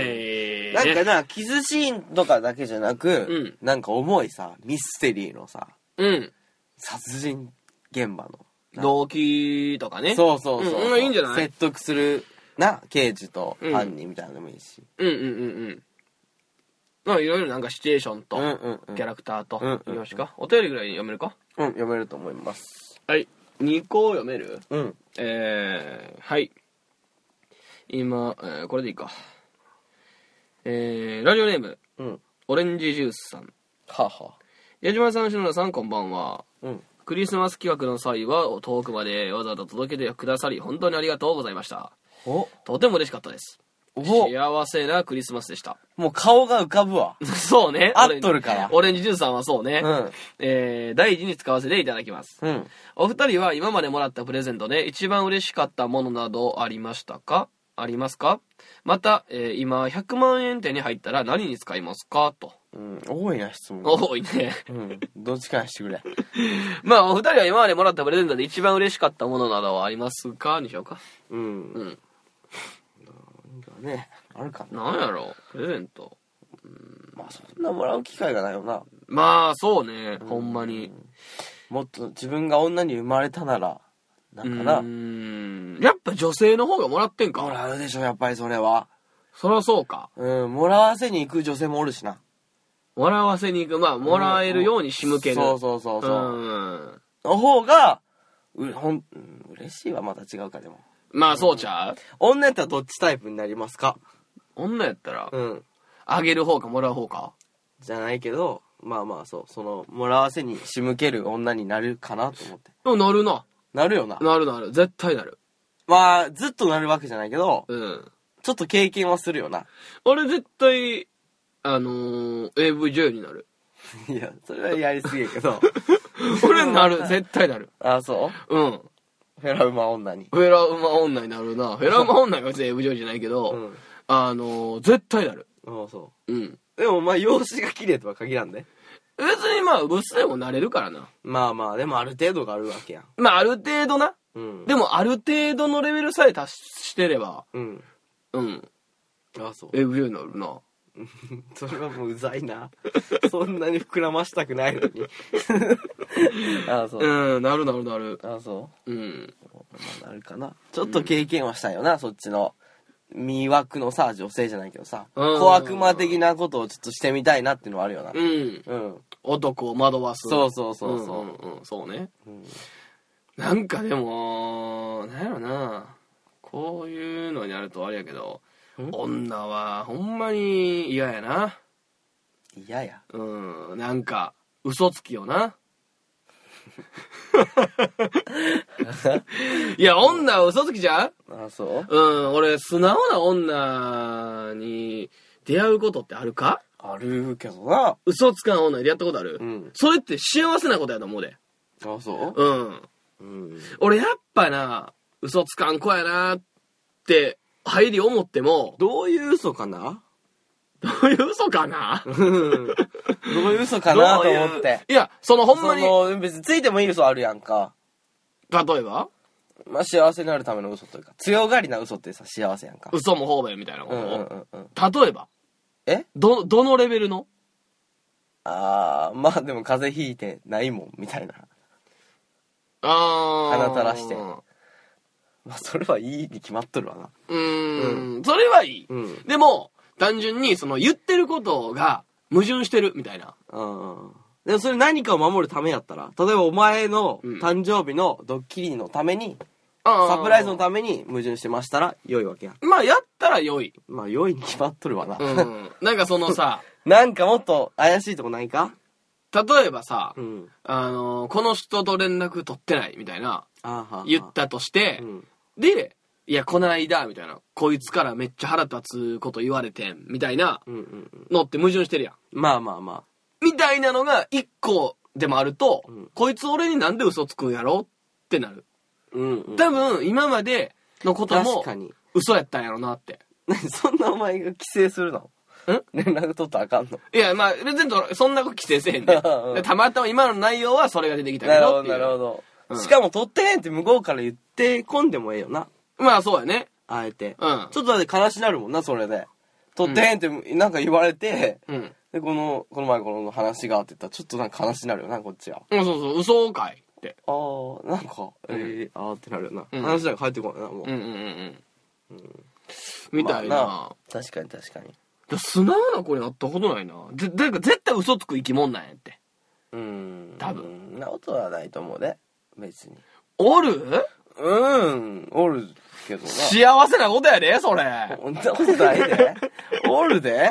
Speaker 1: い。
Speaker 2: なんか
Speaker 1: ね、
Speaker 2: な、キスシーンとかだけじゃなく、なんか重いさ、ミステリーのさ、
Speaker 1: うん。
Speaker 2: 殺人現場の。
Speaker 1: 動機とかね。
Speaker 2: そうそうそう。
Speaker 1: うんうんいいんじゃない
Speaker 2: 説得する、な、刑事と
Speaker 1: うん
Speaker 2: 犯人みたいなのもいいし。
Speaker 1: うんうんうんうん。まあ、いろいろなんかシチュエーションと、
Speaker 2: うんうんうん
Speaker 1: キャラクターと、
Speaker 2: うんうんう
Speaker 1: い
Speaker 2: ん
Speaker 1: きますか。お便りぐらい読めるか
Speaker 2: うん、読めると思います。
Speaker 1: はい。2個読める
Speaker 2: うん。
Speaker 1: えー、はい。今、えーこれでいいか。えー、ラジオネーム、
Speaker 2: うん。
Speaker 1: オレンジジュースさん。
Speaker 2: はは。
Speaker 1: 矢島さん、篠田さん、こんばんは。
Speaker 2: うん。
Speaker 1: クリスマス企画の際は遠くまでわざわざ届けてくださり本当にありがとうございました
Speaker 2: お
Speaker 1: とても嬉しかったです
Speaker 2: お
Speaker 1: 幸せなクリスマスでした
Speaker 2: もう顔が浮かぶわ。
Speaker 1: [laughs] そうね
Speaker 2: 合っとるから
Speaker 1: オレンジオレンジジュースさんはそうね、
Speaker 2: うん
Speaker 1: えー大事に使わせていただきます
Speaker 2: うん。
Speaker 1: お二人は今までもらったプレゼントで一番嬉しかったものなどありましたかありますかまた、えー今100万円手に入ったら何に使いますかと。
Speaker 2: うん、多いな、質問。
Speaker 1: 多いね。 [laughs]
Speaker 2: うん、どっちからしてくれ。
Speaker 1: まあ、お二人は今までもらったプレゼントで一番嬉しかったものなどはありますかにしようか。
Speaker 2: うん。
Speaker 1: う
Speaker 2: なん
Speaker 1: ん。
Speaker 2: かね、あるかな。
Speaker 1: なんやろうプレゼント。
Speaker 2: まあ、そんなもらう機会がないよな。
Speaker 1: まあ、そうね。ほんまに。
Speaker 2: もっと自分が女に生まれたなら、な
Speaker 1: うん
Speaker 2: かな。
Speaker 1: ーん。やっぱ女性の方がもらってん
Speaker 2: も
Speaker 1: か。
Speaker 2: らうでしょ、やっぱりそれは。
Speaker 1: そらそうか。
Speaker 2: うん、もらわせに行く女性もおるしな。
Speaker 1: もらわせに行く。まあ、もらえるように仕向ける。
Speaker 2: そうそうそうそう。
Speaker 1: うん。
Speaker 2: の方が、う、ほん、うん嬉しいはまた違うか、でも。
Speaker 1: まあ、そうちゃう
Speaker 2: 女やったらどっちタイプになりますか
Speaker 1: 女やったら、
Speaker 2: うん。
Speaker 1: あげる方かもらう方か。
Speaker 2: じゃないけど、まあまあそう、その、もらわせに仕向ける女になるかなと思って。
Speaker 1: でもなるな。
Speaker 2: なるよな。
Speaker 1: なるなる。絶対なる。
Speaker 2: まあ、ずっとなるわけじゃないけど、
Speaker 1: うん。
Speaker 2: ちょっと経験はするよな。 [laughs]
Speaker 1: 俺絶対、あのー、AV 女優にな
Speaker 2: [laughs]
Speaker 1: る。
Speaker 2: いや、それはやりすぎやけど。
Speaker 1: 俺なる。絶対なる。
Speaker 2: あ、そ
Speaker 1: うん。
Speaker 2: うフェラウマ女に。
Speaker 1: フェラウマ女になるな。フェラウマ女が別
Speaker 2: [laughs]
Speaker 1: に AV 女優じゃないけど、
Speaker 2: うん。
Speaker 1: あのー、絶対なる。
Speaker 2: あそ
Speaker 1: うん。
Speaker 2: う。でもまあ、容姿が綺麗とは限らんで。
Speaker 1: 別にまあ、ブスでもなれるからな。
Speaker 2: まあまあ、でもある程度があるわけやん。
Speaker 1: まあ、ある程度な。
Speaker 2: うん。
Speaker 1: でも、ある程度のレベルさえ達してれば、
Speaker 2: うん。
Speaker 1: うん。
Speaker 2: あそう。
Speaker 1: AV 女優になるな。
Speaker 2: それはもううざいな。 [laughs] そんなに膨らましたくないのに。 [laughs] あそう。
Speaker 1: うん、なるなるなる。
Speaker 2: あそ
Speaker 1: うん。
Speaker 2: う。まあ、なるかな。ちょっと経験はしたいよな、そっちの。魅惑のさ、女性じゃないけどさ、
Speaker 1: うん
Speaker 2: 小悪魔的なことをちょっとしてみたいなっていうのはあるよな。
Speaker 1: うん。
Speaker 2: うん。
Speaker 1: 男を惑わす。
Speaker 2: そうそうそうそう。
Speaker 1: んうんうん、そうね。
Speaker 2: うん
Speaker 1: なんかでも、なんやろな。こういうのになるとあれやけど、
Speaker 2: ん
Speaker 1: 女はほんまに嫌やな。
Speaker 2: 嫌や
Speaker 1: うん、なんか、嘘つきよ
Speaker 2: [laughs]
Speaker 1: な。いや、女は嘘つきじゃん
Speaker 2: あそう
Speaker 1: うん、俺、素直な女に出会うことってあるか
Speaker 2: あるけどな
Speaker 1: 嘘つかん女に出会ったことある、
Speaker 2: うん
Speaker 1: それって幸せなことやと思うで。
Speaker 2: あそ
Speaker 1: うん。
Speaker 2: ううん
Speaker 1: 俺やっぱな、嘘つかん子やなって、入り思っても、
Speaker 2: どういう嘘かな
Speaker 1: どういう嘘かな
Speaker 2: うん [laughs] どういう嘘かなと思っ
Speaker 1: どういう
Speaker 2: て
Speaker 1: いや、そのほ
Speaker 2: そ
Speaker 1: んまに、
Speaker 2: の別についてもいい嘘あるやんか
Speaker 1: 例えば、
Speaker 2: まあ幸せになるための嘘というか強がりな嘘ってさ幸せやんか
Speaker 1: 嘘も方便みたいなこ
Speaker 2: う
Speaker 1: と
Speaker 2: ん
Speaker 1: を、
Speaker 2: うんうんうん
Speaker 1: 例えば
Speaker 2: え
Speaker 1: ど、どのレベルの
Speaker 2: ああまあでも風邪ひいてないもんみたいな [laughs]
Speaker 1: あー
Speaker 2: 鼻垂らして
Speaker 1: う
Speaker 2: まあそれはいいに決まっとるわな
Speaker 1: ーん、それはいい。
Speaker 2: うん
Speaker 1: でも、単純に、その言ってることが矛盾してるみたいな。
Speaker 2: うんでもそれ何かを守るためやったら例えばお前の
Speaker 1: うん
Speaker 2: 誕生日のドッキリのために
Speaker 1: サ
Speaker 2: サプライズのために矛盾してましたら良いわけやん。
Speaker 1: まあ、やったら良い。
Speaker 2: まあ良いに決まっとるわな。
Speaker 1: うん。なんかそのさ、
Speaker 2: [laughs] なんかもっと怪しいとこないか
Speaker 1: 例えばさ、
Speaker 2: ん。
Speaker 1: あのーこの人と連絡取ってないみたいな、
Speaker 2: あーはーはー
Speaker 1: 言ったとして、
Speaker 2: うん。
Speaker 1: で、いや、こないだ、みたいな、こいつからめっちゃ腹立つこと言われてん、みたいな
Speaker 2: うんうんうん。
Speaker 1: のって矛盾してるやん。
Speaker 2: まあまあま
Speaker 1: みたいなのが一個でもあると、
Speaker 2: うん
Speaker 1: こいつ俺になんで嘘つくんやろってなる。
Speaker 2: あ。うん、うん。
Speaker 1: 多分、今までのこと
Speaker 2: 確
Speaker 1: も
Speaker 2: か、に。
Speaker 1: 嘘やったんやろなって。
Speaker 2: そんなお前が規制するの
Speaker 1: ん
Speaker 2: 連絡取ったらあかんの
Speaker 1: いや、まあ、別にそんなこと規制せえへんで
Speaker 2: [laughs] うん
Speaker 1: でたまたま今の内容はそれが出てきたけ
Speaker 2: なる
Speaker 1: ど
Speaker 2: ほど、
Speaker 1: っていう。
Speaker 2: なるほど。
Speaker 1: うん
Speaker 2: しかも取ってへんって向こうから言ってこんでもええよな。
Speaker 1: まあ、そうやね。
Speaker 2: あえて。
Speaker 1: うん
Speaker 2: ちょっとだって悲しなるもんな、それで。取ってへんってなんか言われて、
Speaker 1: うん。
Speaker 2: で、この、この前この話があって言ったらちょっとなんか悲しなるよな、こっちは。
Speaker 1: うん、そうそう、嘘かいって。
Speaker 2: ああなんか、えー、あーってなるよな、
Speaker 1: うん
Speaker 2: 話なんか入ってこないな
Speaker 1: うん
Speaker 2: もう、
Speaker 1: うんうんうん。みたいな。
Speaker 2: まあ確かに確かに
Speaker 1: で素直な子に会ったことないな。で、だから絶対嘘つく生き物なんやって。
Speaker 2: うん
Speaker 1: 多分
Speaker 2: 分なことはないと思うね別に
Speaker 1: おる
Speaker 2: うんおるけどな
Speaker 1: 幸せなことやで、それ。
Speaker 2: そんなことないでおるで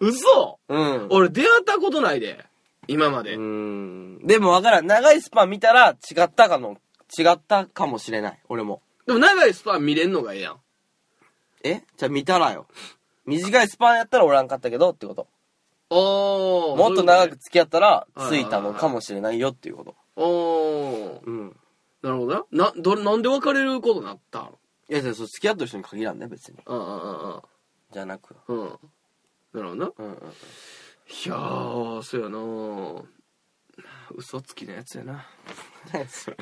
Speaker 1: 嘘
Speaker 2: うん
Speaker 1: 俺出会ったことないで。今まで。
Speaker 2: うんでもわからん長いスパン見たら違ったかの違ったかもしれない俺も
Speaker 1: でも長いスパン見れんのがええやん。
Speaker 2: えじゃあ見たらよ短いスパンやったらおらんかったけどってこと
Speaker 1: おー。
Speaker 2: もっと長
Speaker 1: そうい
Speaker 2: く
Speaker 1: う
Speaker 2: 付き合ったら
Speaker 1: はい
Speaker 2: ついたのかもしれないよっていうこ
Speaker 1: こと
Speaker 2: と
Speaker 1: ね。おー。
Speaker 2: うん
Speaker 1: なるほどな。な、どれ、なんで別れることになったの
Speaker 2: いや、それ付き合ってる人に限らんね、別に。
Speaker 1: ああああ
Speaker 2: じゃなく。
Speaker 1: あうんなるほどな
Speaker 2: うんうんうん。
Speaker 1: いやーそうやな嘘つきのやつやな
Speaker 2: 何それ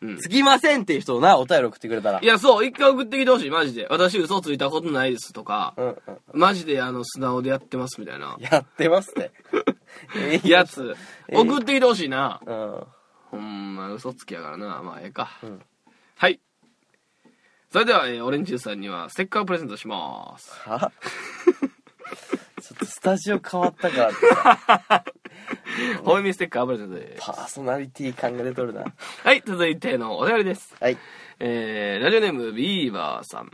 Speaker 1: うん
Speaker 2: つきませんっていう人をな、お便り送ってくれたら。
Speaker 1: いやそう一回送ってきてほしいマジで私嘘ついたことないですとか
Speaker 2: うんうん。
Speaker 1: マジであの素直でやってますみたいな
Speaker 2: やってますって。え
Speaker 1: [laughs]
Speaker 2: ー
Speaker 1: や。つ
Speaker 2: え
Speaker 1: 送ってきてほしいな
Speaker 2: うん。
Speaker 1: ほんま嘘つきやからなまあええか、
Speaker 2: ん
Speaker 1: はいそれでは、えーオレンジジュースさんにはステッカーをプレゼントします
Speaker 2: は [laughs] ちょっとスタジオ変わったからってさ
Speaker 1: おみステッカープレゼントです
Speaker 2: パーソナリティ感が出とるな。
Speaker 1: はい続いてのお便りです
Speaker 2: はい。
Speaker 1: えーラジオネームビーバーさん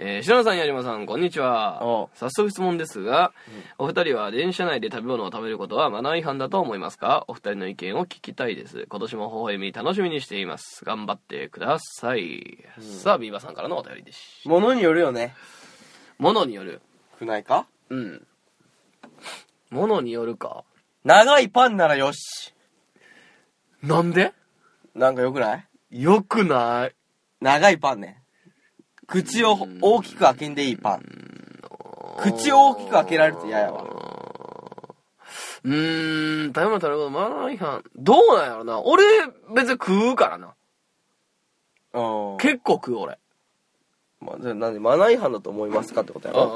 Speaker 1: えー、篠野さん、矢島さん、こんにちは
Speaker 2: おう。
Speaker 1: 早速質問ですが、お二人は電車内で食べ物を食べることはマナー違反だと思いますかお二人の意見を聞きたいです。今年も微笑み楽しみにしています。頑張ってください。さあ、ビーバーさんからのお便りです。
Speaker 2: ものによるよね。
Speaker 1: ものによる。
Speaker 2: くないか
Speaker 1: うん。ものによるか。
Speaker 2: 長いパンならよし。
Speaker 1: なんで
Speaker 2: なんかよくない
Speaker 1: よくない。
Speaker 2: 長いパンね。口を大きく開けんでいいパン。口を大きく開けられると嫌やわ。
Speaker 1: うーん、食べ物食べることマナー違反。どうなんやろな。俺、別に食うからな。
Speaker 2: うん。
Speaker 1: 結構食う、俺。
Speaker 2: まあ、じゃあなんでマナー違反だと思いますかってことやろ
Speaker 1: マ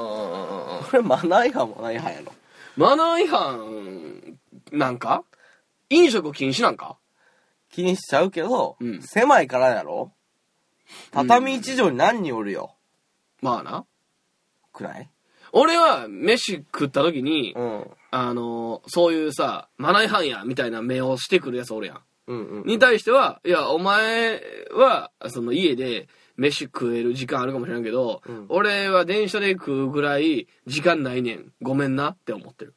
Speaker 2: これマナー違反マナー違反やろ
Speaker 1: ナー違反、なんか飲食禁止なんか
Speaker 2: 気にしちゃうけど、
Speaker 1: うん
Speaker 2: 狭いからやろ畳一畳に何人おるよ、
Speaker 1: まあな。
Speaker 2: くらい
Speaker 1: 俺は、飯食った時に、
Speaker 2: うん
Speaker 1: あのー、そういうさ、マナー違反や、みたいな目をしてくるやつおるやん。
Speaker 2: うんうん
Speaker 1: に対しては、いや、お前は、その家で飯食える時間あるかもしれんけど、
Speaker 2: うん
Speaker 1: 俺は電車で食うぐらい時間ないねん。ごめんなって思ってる。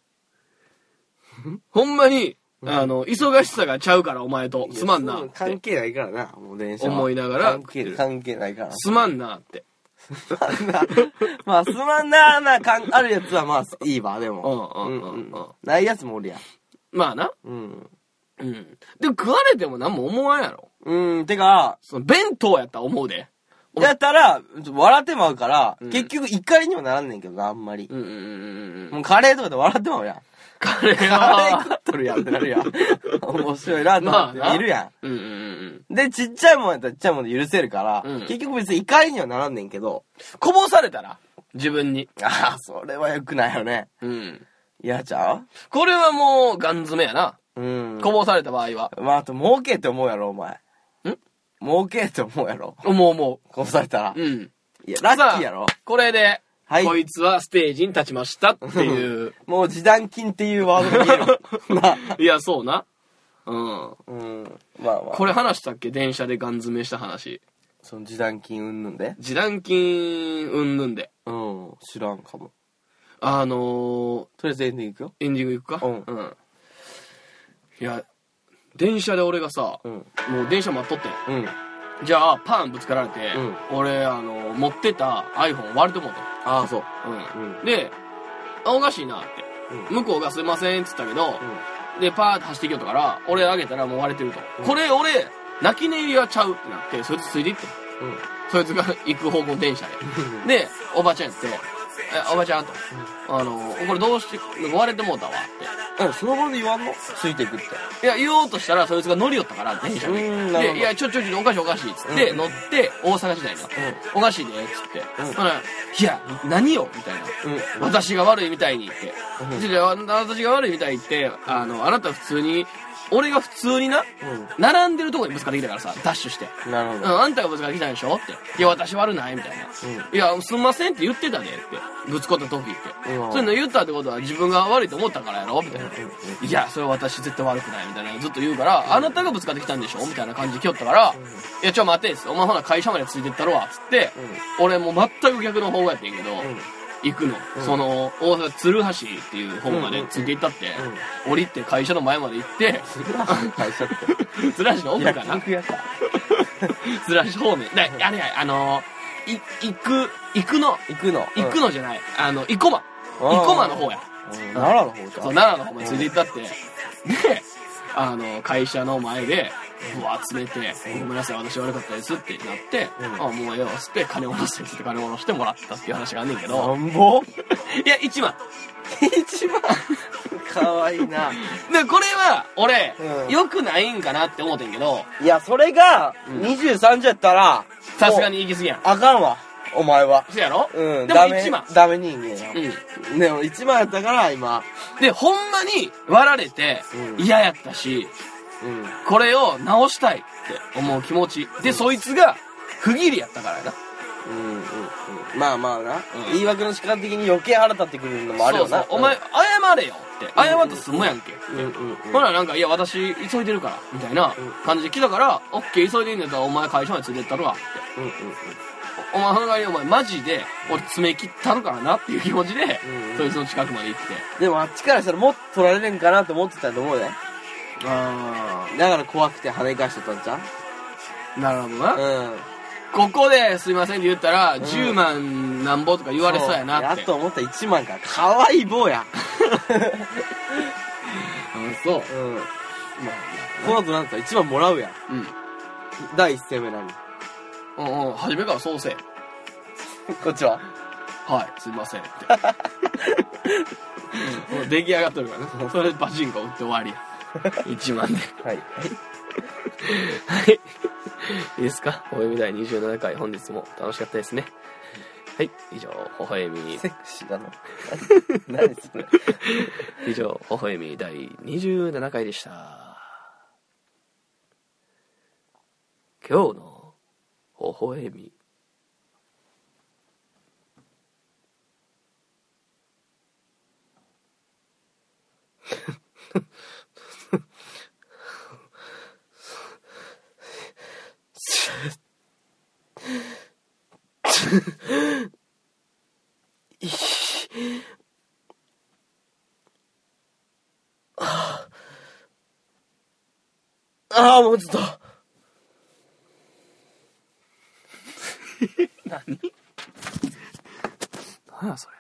Speaker 1: ほんまに、あの、忙しさがちゃうから、お前と。すまんな
Speaker 2: そう
Speaker 1: っ
Speaker 2: 関
Speaker 1: て。
Speaker 2: 係ないからなもう電車は
Speaker 1: 思いながら
Speaker 2: 関係関係ないから
Speaker 1: すまんなって。
Speaker 2: すまんなまあすまんななかんあるやつはまあいいわでも
Speaker 1: うんうんうんうん
Speaker 2: ないやつもおるやん
Speaker 1: まあな。
Speaker 2: うん
Speaker 1: うん。で、食われても何も思わんやろ。
Speaker 2: うんてか
Speaker 1: その、弁当やったら思うで。
Speaker 2: やったら笑ってまうから、
Speaker 1: ん
Speaker 2: 結局怒りにはならんねんけどなあんまり、
Speaker 1: うんうんうんうんうん。
Speaker 2: もうカレーとかで笑ってまう
Speaker 1: [laughs]
Speaker 2: やん
Speaker 1: カレー
Speaker 2: カレー食
Speaker 1: は
Speaker 2: っ。とるやんってなるやん。面白いなと思
Speaker 1: まあ
Speaker 2: っ
Speaker 1: な
Speaker 2: ているや
Speaker 1: [laughs] うんうんうん
Speaker 2: ん。で、ちっちゃいもんやったらちっちゃいもんで許せるから、
Speaker 1: うん
Speaker 2: 結局別に怒りにはならんねんけど、
Speaker 1: うん。こぼされたら自分に。
Speaker 2: ああ、それは良くないよね。
Speaker 1: うん。
Speaker 2: 嫌ちゃ
Speaker 1: これはもう、ガン詰めやな。
Speaker 2: ううん。
Speaker 1: こぼされた場合は。
Speaker 2: まあ、あと、儲けって思うやろ、お前。
Speaker 1: ん
Speaker 2: 儲けって思うやろ。
Speaker 1: 思う思
Speaker 2: こぼされたら
Speaker 1: う。。うん。
Speaker 2: いや、ラッキーやろ。
Speaker 1: これで、
Speaker 2: はい
Speaker 1: こいつはステージに立ちましたっていう。
Speaker 2: もう、示談金っていうワードが見え [laughs] る。な。
Speaker 1: いや、そうな。うん。
Speaker 2: うん。まあまあ。
Speaker 1: これ話したっけ電車でガン詰めした話。
Speaker 2: その示談金うんぬんで。
Speaker 1: 示談金、うんぬんで。
Speaker 2: うん。知らんかも。
Speaker 1: あの
Speaker 2: とりあえずエンディングいくよ。
Speaker 1: ー、エンディングいくか
Speaker 2: うん
Speaker 1: いや、電車で俺がさ、
Speaker 2: うん。
Speaker 1: もう電車待っとってん。
Speaker 2: うん。
Speaker 1: じゃあ、パンぶつかられて、
Speaker 2: うん
Speaker 1: 俺、あのー、持ってた iPhone 割れてもうてん。
Speaker 2: ああ、そう。
Speaker 1: うん
Speaker 2: うん
Speaker 1: であおかしいなって、向こうが「すいません」っつったけど、でパーって走ってきよったから俺あげたらもう割れてると、これ俺泣き寝入りはちゃうってなってそいつついていってん
Speaker 2: うん。うん。
Speaker 1: そいつが行く方向電車ででおばちゃんやって「えおばちゃん」と「あのこれどうして割れてもうたわ」っ
Speaker 2: うん、その場で言わんのついていくって。
Speaker 1: ていや言おうとしたらそいつが乗りよったから電車
Speaker 2: う
Speaker 1: に
Speaker 2: ーんなる
Speaker 1: で
Speaker 2: ほ
Speaker 1: 「
Speaker 2: ど
Speaker 1: いやちょちょちょおかしいおかしい」っつって、
Speaker 2: うん
Speaker 1: 乗って大阪市内になって、おかしいね」っつって、
Speaker 2: うん
Speaker 1: ほな「いや何よ」みたいな
Speaker 2: う
Speaker 1: 私が悪いみたいにって。
Speaker 2: うん
Speaker 1: じゃあ、あなた私が悪いみたいにって、あの、あなた普通に、俺が普通にな、
Speaker 2: うん
Speaker 1: 並んでるとこにぶつかってきたからさ、ダッシュして。
Speaker 2: ん。なる
Speaker 1: う
Speaker 2: ほ
Speaker 1: ん、
Speaker 2: ど。
Speaker 1: あんたがぶつかってきたんでしょって。いや、私悪ないみたいな。いや、すんませんって言ってたねって。ぶつかった時って。
Speaker 2: うん
Speaker 1: そういうの言ったってことは自分が悪いと思ったからやろみたいな。いや、それは私絶対悪くないみたいなずっと言うから、あなたがぶつかってきたんでしょみたいな感じで来よったから、いや、ちょ、待てっす。お前ほな会社までついてったろわ。つって、俺もう全く逆の方向やってんけど、行くの、その大阪鶴橋っていう方までついて行ったって、降りて会社の前まで行って [laughs]
Speaker 2: 会 [laughs] 社って。
Speaker 1: 鶴橋の奥かな
Speaker 2: 屋か。
Speaker 1: [laughs] 鶴橋方面だあれやあのい行く行くの
Speaker 2: 行くの。
Speaker 1: 行くのじゃない、あの生駒
Speaker 2: うん
Speaker 1: 生駒の方や
Speaker 2: うん。奈良の方じゃん
Speaker 1: そう奈良の方までついて行ったってであの会社の前でを集めて「ごめんなさい私悪かったです」ってなって「あもうええわ」っつって金を下ろしてっつって金を下ろしてもらったっていう話があんねんけど
Speaker 2: んぼ
Speaker 1: [laughs] いや1万
Speaker 2: 一番かわいいな。
Speaker 1: でこれは俺、
Speaker 2: うん
Speaker 1: 良くないんかなって思ってんけど
Speaker 2: いや、それが、
Speaker 1: うん
Speaker 2: 23じゃったら、
Speaker 1: さすがに行き過ぎやん
Speaker 2: もう。あかんわ、お前は。
Speaker 1: そうやろ、
Speaker 2: うん、
Speaker 1: でも
Speaker 2: ダメ
Speaker 1: 1万、
Speaker 2: ダメ人間や。
Speaker 1: うん、
Speaker 2: でも1万やったから、今。
Speaker 1: でほんまに割られて
Speaker 2: うん
Speaker 1: 嫌やったし
Speaker 2: うん。
Speaker 1: これを直したいって思う気持ちで、そいつが不義理やったからやな
Speaker 2: うんうんうんまあまあな、
Speaker 1: うん
Speaker 2: 言い訳の仕方的に余計腹立ってくるのもあるよな
Speaker 1: そうそうお前謝れよって謝って済むやんけ、
Speaker 2: うんうんうん
Speaker 1: ほらなんか「いや私急いでるから」みたいな感じで来たから「オッケー急いでんねやったらお前会社まで連れてったるわ」って
Speaker 2: うんうんうん
Speaker 1: 「お前その代わりお前マジで俺詰め切ったるからな」っていう気持ちで、
Speaker 2: うんうん
Speaker 1: そいつの近くまで行って
Speaker 2: でもあっちからしたらもっと取られるんかなと思ってたと思うね
Speaker 1: あ
Speaker 2: だから怖くて跳ね返しとったんちゃ
Speaker 1: あなるほどな、
Speaker 2: ううん
Speaker 1: ここですいませんって言ったら、
Speaker 2: ん
Speaker 1: 10万なんぼとか言われそうやなって
Speaker 2: やっと思った1万かかわいい坊や
Speaker 1: うんそう
Speaker 2: うんまあこの後なんか1万もらうやん
Speaker 1: うん
Speaker 2: 第一声目何
Speaker 1: うんうん初めからそうせえ
Speaker 2: こっちは
Speaker 1: はいすいませんってもう出来上がっとるからねそれでパチンコ打って終わ
Speaker 2: [laughs]
Speaker 1: りや1万で
Speaker 2: はい
Speaker 1: はい。いいですか微笑み第27回、本日も楽しかったですね。はい。以上、微笑み、
Speaker 2: セクシーだな何それ
Speaker 1: 以上、微笑み第27回でした。今日の、微笑み。
Speaker 2: ああもうちょっと
Speaker 1: 何やそれ。